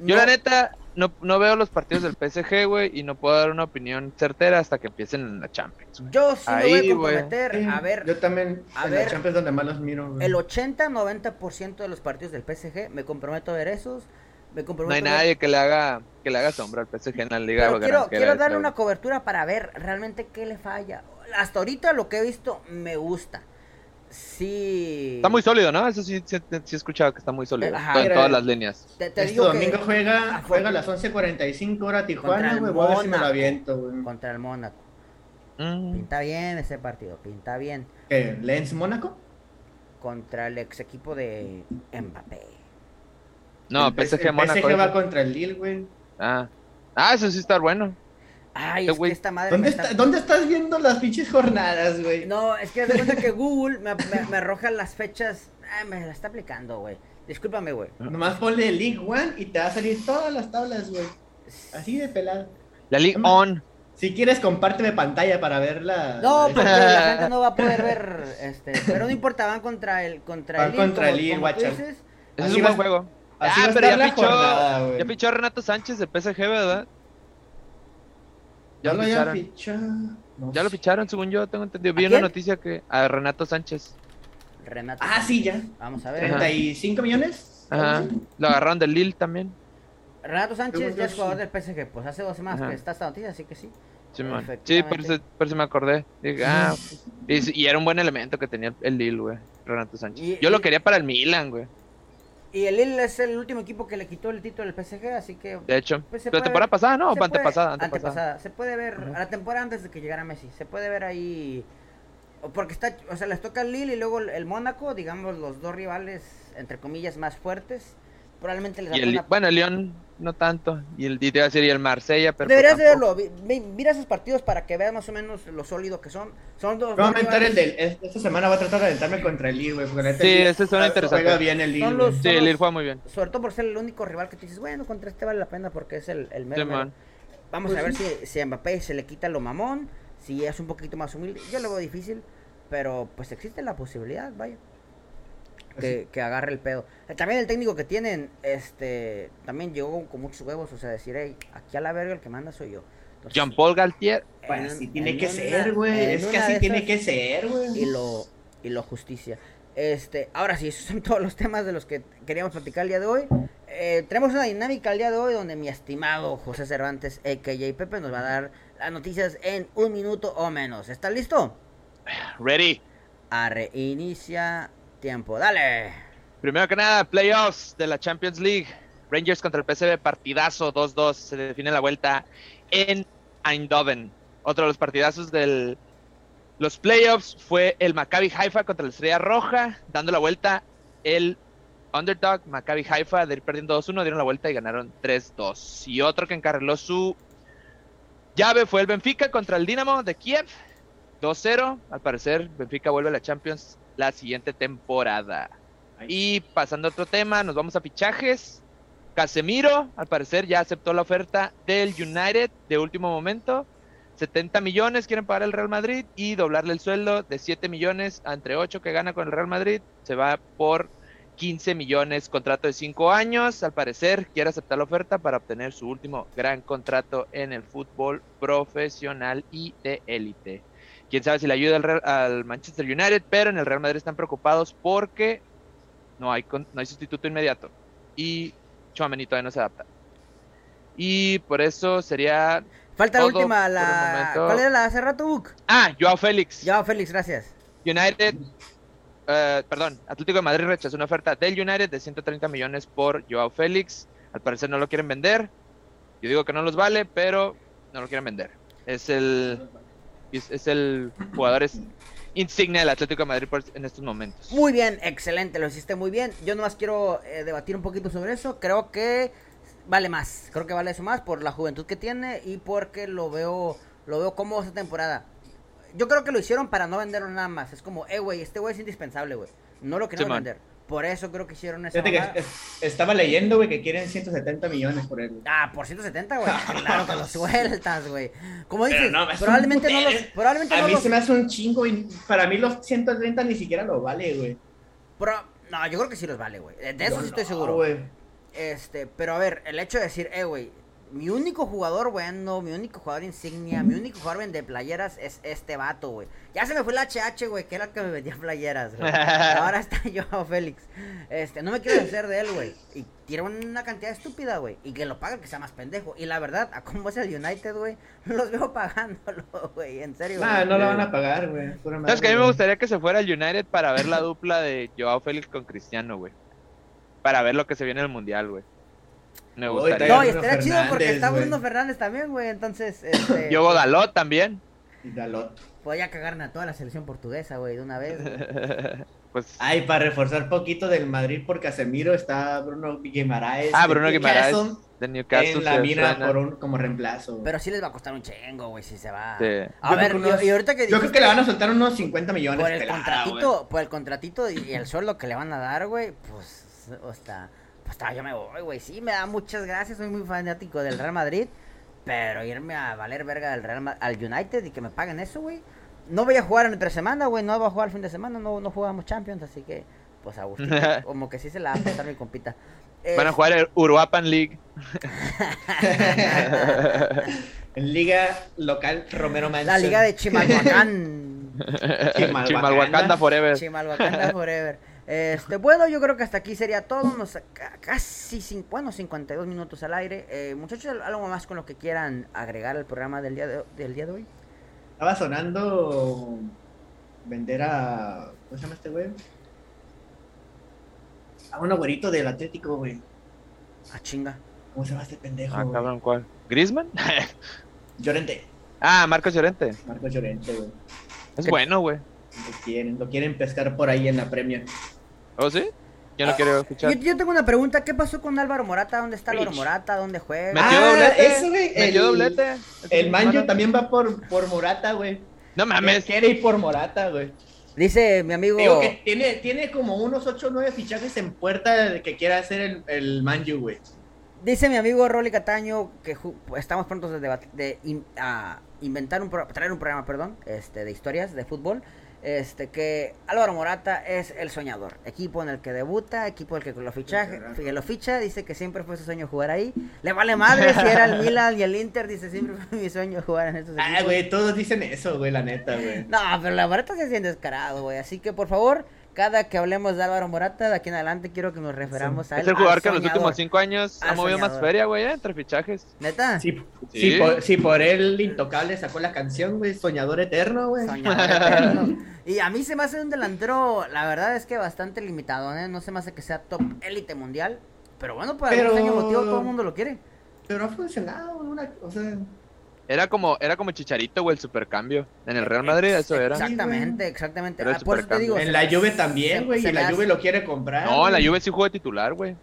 S3: Yo
S1: No-
S3: la neta no, no veo los partidos del PSG, güey, y no puedo dar una opinión certera hasta que empiecen en la Champions. güey.
S1: Yo sí me voy
S3: Ahí,
S1: a
S3: güey.
S1: comprometer a ver
S2: Eh, Yo también,
S1: a
S2: en
S1: ver,
S2: la Champions donde más los miro, güey.
S1: el 80-90% de los partidos del PSG. Me comprometo a ver esos. Me comprometo
S3: No hay
S1: a ver-
S3: nadie que le haga que le haga sombra al PSG en la liga.
S1: Pero
S3: lo
S1: quiero,
S3: grande que
S1: quiero
S3: es,
S1: darle
S3: güey.
S1: una cobertura para ver realmente qué le falla. Hasta ahorita lo que he visto me gusta. Sí.
S3: Está muy sólido, ¿no? Eso sí, sí, sí he escuchado que está muy sólido.
S1: Ajá.
S3: en
S2: Mira,
S3: todas
S2: eh.
S3: las líneas.
S1: Te, te
S2: Este
S1: digo que
S2: domingo juega,
S1: Ah,
S2: juega a
S1: fue-
S2: las 11.45 hora
S1: Contra
S2: Tijuana,
S1: el
S2: güey. Voy a ver si me lo
S1: Mónaco.
S2: aviento, güey.
S1: contra el Mónaco.
S3: Mm.
S1: Pinta bien ese partido, pinta bien.
S2: ¿Qué? ¿Lens Mónaco?
S1: Contra el ex equipo de Mbappé.
S3: No,
S2: El P-
S3: PSG
S2: el
S3: Mónaco.
S2: PSG va
S3: eso.
S2: contra el Lille, güey.
S3: Ah. Ah, eso sí está bueno.
S1: Ay,
S3: Este
S1: es
S3: güey-
S1: que esta madre.
S2: ¿Dónde,
S1: me
S2: está- dónde estás viendo las pinches jornadas, güey?
S1: No, es que haz de cuenta que Google me, me- me arroja las fechas. Ay, me la está aplicando, güey. Discúlpame, güey.
S2: Nomás ponle League One y te va a salir todas las tablas, güey. Así de pelado.
S3: La
S1: Mm.
S3: Ligue On.
S2: Si quieres, compárteme pantalla para verla.
S1: No, pues, porque la gente no va a poder ver. Este, pero no importa, van contra el. Contra
S2: Van
S1: el Lille,
S2: contra
S1: como-
S2: el Lille,
S1: como tú
S2: guacha.
S1: dices.
S3: Ese es
S2: Así
S3: un
S2: va
S3: buen
S2: a-
S3: juego.
S2: así va
S3: Ah,
S2: a
S3: pero
S2: estar
S3: ya
S2: la
S3: fichó,
S2: jornada, güey.
S3: ya fichó a Renato Sánchez de PSG, ¿verdad?
S2: Ya
S3: Ya
S2: lo
S3: lo
S2: hayan
S3: ficharon.
S2: fichado. No
S3: Ya lo
S2: sé.
S3: ficharon, según yo tengo entendido.
S1: ¿A
S3: Vi una
S1: quién?
S3: noticia que a Renato Sánchez
S1: Renato.
S2: Ah, sí, ya.
S1: Vamos a ver.
S3: Ajá.
S2: 35 millones.
S3: Ajá. lo agarraron del Lille también.
S1: Renato Sánchez
S2: Según
S1: ya
S2: yo,
S1: es jugador
S2: sí.
S1: del PSG. Pues hace dos semanas
S3: Ajá.
S1: que está esta noticia, así que sí.
S3: Simón. Sí,
S1: Efectivamente.
S3: por eso, por eso me acordé. Dije, ah, y, sí, y era un buen elemento que tenía el Lille, güey. Renato Sánchez.
S1: Y-
S3: yo lo
S1: y-
S3: quería para el Milan, güey.
S1: Y el Lille es el último equipo que le quitó el título del PSG, así que.
S3: De hecho,
S1: Pues se
S3: la
S1: puede
S3: temporada
S1: ver-
S3: pasada, ¿no?
S1: se puede-
S3: Antepasada, antepasada.
S1: Se puede ver,
S3: Ajá.
S1: a la temporada antes de que llegara Messi, se puede ver ahí. o Porque está, o sea, les toca el Lille y luego el, el Mónaco, digamos, los dos rivales, entre comillas, más fuertes. Probablemente les
S3: Y
S1: dan
S3: el,
S1: una-
S3: bueno, el León no tanto. Y el y te iba a decir, y el Marsella, pero.
S1: Deberías de
S3: pues tampoco.
S1: verlo, vi- vi- mira esos partidos para que veas más o menos lo sólido que son. Son dos,
S2: Voy a
S1: dos
S2: aventar el
S1: rivales-
S2: del. es- Esta semana voy a tratar de aventarme contra el Lille, güey. porque la neta
S3: Sí,
S2: el Lille
S3: ese suena
S2: juega-
S3: interesante.
S2: Juega bien el Lille.
S1: Son
S2: güey.
S1: los-
S3: Sí, el Lille juega muy bien.
S1: Sobre todo por ser el único rival que tú dices, bueno, contra este vale la pena porque es el, el mero, mero".
S3: Simón.
S1: Vamos
S2: Pues
S1: a ver si, si a Mbappé se le quita lo mamón, si es un poquito más humilde. Yo lo veo difícil, pero pues existe la posibilidad, vaya.
S2: Pues
S1: Que, que agarre el pedo. Eh, También el técnico que tienen, este, también llegó con, con muchos huevos, o sea, decir, hey, aquí a la verga el que manda soy yo. Entonces,
S3: Jean Paul Galtier.
S1: en
S2: Bueno,
S1: un-
S2: pues, así tiene
S1: en
S2: que
S1: una-
S2: ser, güey.
S1: en
S2: Es que
S1: una
S2: así
S1: de
S2: tiene
S1: esas-
S2: que ser,
S1: y
S2: güey.
S1: lo y lo justicia. Este, ahora sí, esos son todos los temas de los que queríamos platicar el día de hoy. Eh, tenemos una dinámica el día de hoy donde mi estimado José Cervantes, a.k.a. Pepe, nos va a dar las noticias en un minuto o menos. ¿Estás listo?
S3: Ready.
S1: A reinicia tiempo. Dale.
S3: Primero que nada, playoffs de la Champions League. Rangers contra el PSV, partidazo 2-2. Se define la vuelta en Eindhoven. Otro de los partidazos del los playoffs fue el Maccabi Haifa contra la Estrella Roja, dando la vuelta el underdog Maccabi Haifa de ir perdiendo 2-1, dieron la vuelta y ganaron 3-2. Y otro que encarriló su llave fue el Benfica contra el Dinamo de Kiev, 2-0. Al parecer, Benfica vuelve a la Champions la siguiente temporada. Y pasando a otro tema, nos vamos a fichajes. Casemiro, al parecer, ya aceptó la oferta del United de último momento. 70 millones quieren pagar el Real Madrid y doblarle el sueldo de 7 millones a entre 8 que gana con el Real Madrid. Se va por 15 millones, contrato de 5 años. Al parecer, quiere aceptar la oferta para obtener su último gran contrato en el fútbol profesional y de élite. Quién sabe si le ayuda al, Real- al Manchester United, pero en el Real Madrid están preocupados porque no hay, con- no hay sustituto inmediato. Y Chouameni todavía no se adapta. Y por eso sería...
S1: Falta
S3: Todo
S1: la última,
S3: por el
S1: la...
S3: momento.
S1: ¿Cuál era la de hace rato, Buc?
S3: Ah, Joao Félix.
S1: Ya, Félix, gracias.
S3: United eh, perdón, Atlético de Madrid rechazó una oferta del United de 130 millones por Joao Félix. Al parecer no lo quieren vender. Yo digo que no los vale, pero no lo quieren vender. Es el, es, es el jugador es insignia del Atlético de Madrid por- en estos momentos.
S1: Muy bien, excelente, lo hiciste muy bien. Yo nomás quiero eh, debatir un poquito sobre eso. Creo que vale más, creo que vale eso más por la juventud que tiene y porque lo veo, lo veo cómodo esta temporada. Yo creo que lo hicieron para no venderlo nada más. Es como, eh, güey, este güey es indispensable, güey. No lo queremos
S3: Simón.
S1: vender. Por eso creo que hicieron esa
S2: Fíjate que
S1: mamada.
S2: es- es- estaba leyendo, güey, que quieren 170 millones por él. güey.
S1: Ah, por 170, güey. Claro que lo sueltas, güey. Como
S2: Pero
S1: dices,
S2: no, es un
S1: probablemente no los,
S2: putero.
S1: probablemente
S2: A
S1: no
S2: mí
S1: los
S2: se me hace un chingo y para mí los 130 ni siquiera lo vale, güey.
S1: Pero, no, yo creo que sí los vale, güey. De de eso
S2: Yo
S1: sí estoy
S2: no,
S1: seguro.
S2: güey.
S1: Este, pero a ver, el hecho de decir, eh, güey, mi único jugador bueno, mi único jugador insignia, mi único jugador de playeras es este vato, güey. Ya se me fue el HH, güey, que era el que me vendía playeras, güey. Ahora está yo, Félix. Este, no me quiero deshacer de él, güey. Y tiene una cantidad estúpida, güey. Y que lo pague el que sea más pendejo. Y la verdad, a cómo es el United, güey, los veo pagándolo, güey. En serio,
S2: Nah,
S1: güey.
S2: no lo van a pagar, güey. pura madre,
S3: Sabes que a mí me
S2: güey.
S3: gustaría que se fuera al United para ver la dupla de Joao Félix con Cristiano, güey. Para ver lo que se viene en el Mundial, güey. Me
S2: Uy,
S3: gustaría.
S1: No, y
S2: Bruno
S1: estaría chido porque
S2: Fernández,
S1: está
S2: güey.
S1: Bruno Fernández también, güey. Entonces, este.
S3: Yo Godalot también.
S2: Y Dalot.
S1: Podía cagarme a toda la selección portuguesa, güey, de una vez. güey.
S3: Pues
S2: Ay, para reforzar poquito del Madrid por Casemiro está Bruno Guimaraes.
S3: Ah,
S2: de
S3: Bruno Guimaraes,
S2: este Newcastle,
S3: de Newcastle.
S2: En la
S3: que
S2: mira
S3: suena.
S2: por un, como reemplazo. güey.
S1: Pero sí les va a costar un chingo, güey, si se va.
S3: Sí.
S1: A
S2: Yo
S1: ver,
S2: creo que unos-
S1: y, y ahorita que
S2: Yo creo
S1: dijiste,
S2: que le van a soltar unos 50 millones.
S1: por el
S2: pelada,
S1: contratito,
S2: güey.
S1: por el contratito y y el sueldo que le van a dar, güey, pues, o sea, pues está, yo me voy, güey. Sí, me da muchas gracias, soy muy fanático del Real Madrid, pero irme a valer verga del Real Ma- al United y que me paguen eso, güey. No voy a jugar entre semana, güey, no voy a jugar el fin de semana, no, no jugamos Champions, así que, pues, Agustín, como que sí se la va a pasar mi compita.
S3: Van a jugar el Uruapan League.
S2: En liga local Romero Manson.
S1: La liga de Chimalhuacán.
S2: Chimalhuacán.
S3: Chimalhuacanda
S2: Pues.
S3: Forever.
S1: Chimalhuacán forever. Este, bueno, yo creo que hasta aquí sería todo. Nos ca- casi cin- bueno, 52 minutos al aire. Eh, muchachos, ¿al- algo más con lo que quieran agregar al programa del día de, del día de hoy.
S2: Estaba sonando vender a. ¿Cómo se llama este güey? A un agüerito del Atlético, güey.
S1: Ah, chinga.
S2: ¿Cómo se llama este pendejo?
S3: Ah,
S2: güey?
S3: cabrón, ¿cuál? ¿Grisman?
S2: Llorente.
S3: ah, Marcos Llorente.
S2: Marcos Llorente, güey.
S3: Es
S1: ¿Qué?
S3: bueno, güey.
S2: Lo quieren, lo quieren pescar por ahí en la Premier.
S3: ¿O ¿Oh, sí? Yo no quiero
S1: Yo,
S3: escuchar.
S1: yo tengo una pregunta. ¿Qué pasó con Álvaro Morata? ¿Dónde está Álvaro
S3: Rich.
S1: Morata? ¿Dónde juega?
S3: Metió
S2: Ah,
S3: doblete.
S2: eso, güey,
S3: Metió
S2: el-
S3: doblete.
S2: El Manjo también va por, por Morata, güey.
S3: No
S2: Me
S3: mames.
S2: quiere ir por Morata, güey.
S1: Dice mi amigo.
S2: Digo que tiene, tiene como unos 8 o 9 fichajes en puerta de que quiera hacer el, el Manju, güey.
S1: Dice mi amigo Rolly Cataño que ju- estamos prontos de, debat- de in- a inventar un pro- traer un programa, perdón, este de historias de fútbol, este que Álvaro Morata es el soñador, equipo en el que debuta, equipo en el que lo ficha,
S2: Qué raro.
S1: que lo ficha, dice que siempre fue su sueño jugar ahí. Le vale madre si era el Milan y el Inter, dice siempre fue mi sueño jugar en estos
S2: Ah,
S1: equipos.
S2: güey, todos dicen eso, güey, la neta, güey.
S1: No, pero la Morata se siente descarado, güey, así que por favor, cada que hablemos de Álvaro Morata, de aquí en adelante quiero que nos referamos a él.
S3: Es el
S1: al
S3: jugador que en los
S1: soñador.
S3: últimos cinco años ha
S1: Al
S3: movido más
S1: soñador.
S3: feria, güey, eh, entre fichajes.
S1: Neta.
S2: Si,
S3: Sí.
S2: si por, si por él Intocable sacó la canción, güey, Soñador Eterno, güey.
S1: Soñador eterno. Y a mí se me hace un delantero, la verdad es que bastante limitado, ¿eh? No se me hace que sea top élite mundial. Pero bueno, por algún
S2: Pero-
S1: extraño motivo todo el mundo lo quiere.
S2: Pero ha funcionado, güey, una, o sea,
S3: Era como, era como Chicharito, güey, el supercambio. En el Real Madrid eso era.
S1: Exactamente, exactamente.
S3: Era
S1: Ah, por eso te
S3: supercambio.
S1: digo. se
S2: en la
S1: me-
S2: Juve
S1: se-
S2: también, güey,
S1: se me
S2: y la
S1: hace-
S2: Juve lo quiere comprar.
S3: No, en la
S2: güey.
S3: Juve sí jugó de titular, güey.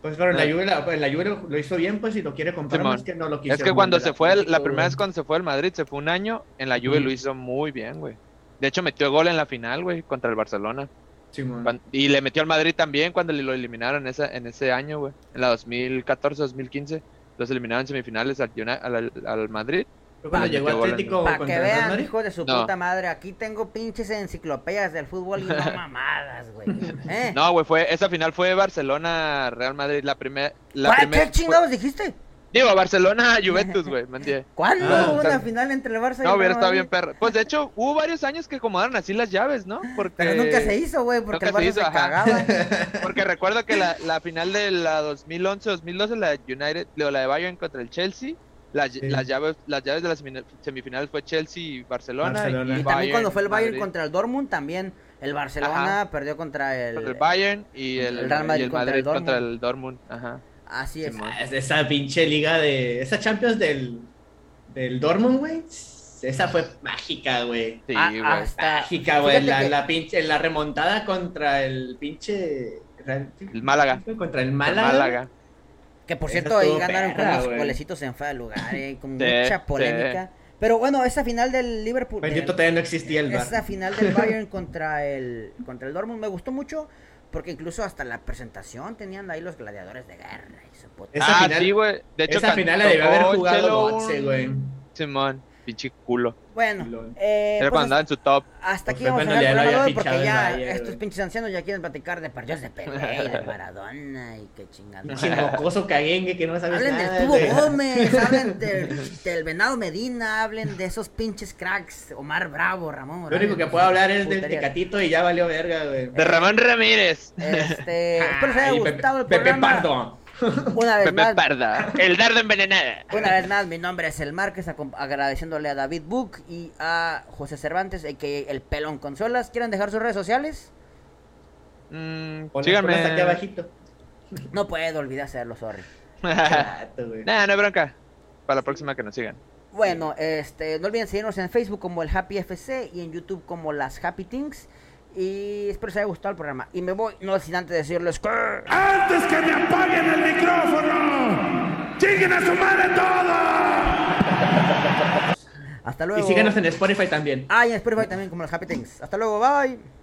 S2: Pues, pero en la
S3: No.
S2: Juve, la- en la Juve lo, lo hizo bien, pues, y lo quiere comprar,
S3: Simón.
S2: más que no lo quisieron.
S3: Es que cuando
S2: vender
S3: se
S2: a
S3: fue, el-
S2: Atlético,
S3: la primera
S2: güey.
S3: vez cuando se fue al Madrid, se fue un año, en la Juve
S2: Ujú.
S3: lo hizo muy bien, güey. De hecho, metió gol en la final, güey, contra el Barcelona.
S2: Simón.
S3: Cuan- Y le metió al Madrid también cuando le- lo eliminaron esa, en ese año, güey. En la 2014-2015. Los eliminaron en semifinales al, Uni- al- al- al Madrid.
S2: Fue cuando
S3: Ah,
S2: llegó
S3: metió gol en-
S2: Atlético
S1: Para
S2: contra
S1: que
S2: el Real
S1: vean,
S2: Madrid.
S1: hijo de su
S3: No.
S1: puta madre, aquí tengo pinches enciclopedias del fútbol y no mamadas, güey. ¿Eh?
S3: No, güey, fue, esa final fue Barcelona-Real Madrid. La primera. La
S1: ¿Cuál-
S3: primer-
S1: ¿Qué chingados dijiste?
S3: Digo, Barcelona-Juventus, güey. me entiendes?
S1: ¿Cuándo
S2: Ah,
S1: hubo una
S3: claro.
S1: final entre el Barça y
S3: No,
S1: el
S3: hubiera
S1: Real
S3: estado
S1: Madrid?
S3: bien perro. Pues de hecho, hubo varios años que acomodaron así las llaves, ¿no? Porque,
S1: Pero nunca se hizo, güey, porque el
S3: eh, Nunca
S1: Barça
S3: se hizo,
S1: se
S3: ajá.
S1: cagaba.
S3: Porque recuerdo que la, la final de la 2011-2012, la de United, o la de Bayern contra el Chelsea, las,
S2: Sí.
S3: las llaves, las llaves de las semifina- semifinales fue Chelsea y Barcelona.
S2: Barcelona.
S1: Y también cuando fue el Bayern contra el Dortmund también El Barcelona perdió contra el,
S3: Contra el Bayern y el,
S1: el Real Madrid
S3: y el
S1: contra
S3: Madrid
S1: el
S3: contra
S1: Dortmund.
S3: el Dortmund. Ajá.
S1: Así es.
S3: Simón.
S2: Ah, es Esa pinche liga de. Esa Champions del. Del Dortmund, güey. Esa fue mágica, güey.
S3: Sí,
S1: Ah,
S3: güey.
S1: hasta-
S2: Mágica, güey.
S1: fíjate
S2: La,
S1: que-
S2: la pinche, la remontada contra el pinche. El
S3: Málaga.
S2: Contra el
S3: El
S2: Málaga.
S3: Málaga.
S1: Que por
S2: Esa
S1: cierto, ahí
S2: estuvo
S1: ganaron con
S2: perra,
S1: unos
S2: güey.
S1: golecitos en fuera de lugar, eh, con
S3: Sí,
S1: mucha
S3: sí.
S1: polémica. Pero bueno, esa final del Liverpool. del-
S2: Bendito todavía no existía el bar.
S1: esa final del Bayern contra el contra el Dortmund me gustó mucho porque incluso hasta la presentación tenían ahí los gladiadores de guerra y su puta-
S2: Esa
S3: ah,
S2: final-
S3: sí, güey. De hecho,
S2: Esa final la
S3: cantó
S2: debió haber jugado
S3: Chelo
S2: Botse,
S3: un-
S2: güey.
S3: Simón, pinche culo.
S1: Bueno,
S2: Lol.
S1: eh,
S3: Era
S1: pues
S3: cuando andaba en su top.
S1: hasta- hasta aquí
S2: Pues
S1: vamos a
S2: bueno,
S1: dejar el
S2: ya lo
S1: programa de
S2: había
S1: hoy porque
S2: fichado el
S1: ya
S2: Bayern,
S1: estos
S2: güey.
S1: pinches ancianos ya quieren platicar de partidos de Pelé y de Maradona y qué chingada.
S2: Pinche mocoso caguengue que no sabes
S1: Hablen
S2: nada.
S1: del Tubo
S2: güey.
S1: Gómez, hablen del, del Venado Medina, hablen de esos pinches cracks, Omar Bravo, Ramón.
S2: Lo único
S1: Morales,
S2: que puedo hablar es del
S1: puterías.
S2: Tecatito y ya valió verga, güey.
S1: Eh,
S3: De Ramón Ramírez.
S1: Este, espero les haya
S2: Ay,
S1: gustado el
S2: Pepe, Pepe
S1: programa.
S2: Pardo.
S1: Una vez
S3: Pepe
S1: más,
S3: Parda. El dardo envenenada.
S1: Una vez más, mi nombre es El Márquez, acom- agradeciéndole a David Book y a José Cervantes, que el pelón consolas. ¿Quieren dejar sus redes sociales?
S3: Mm,
S2: Ponlo-
S3: síganme.
S2: ponlo hasta aquí abajito.
S1: No puedo, olvidé hacerlo, sorry.
S2: Chato, güey.
S3: Nah, no hay bronca. Para la próxima que nos sigan.
S1: Bueno, este, no olviden seguirnos en Facebook como el Happy FC y en YouTube como las Happy Things. Y espero les haya gustado el programa. Y me voy, no sin antes decirles que...
S4: antes que me apaguen el micrófono. ¡Chinguen a su madre todos!
S1: Hasta luego.
S2: Y síganos en Spotify también.
S1: Ah, y en Spotify también como las Happy Things. Hasta luego, bye.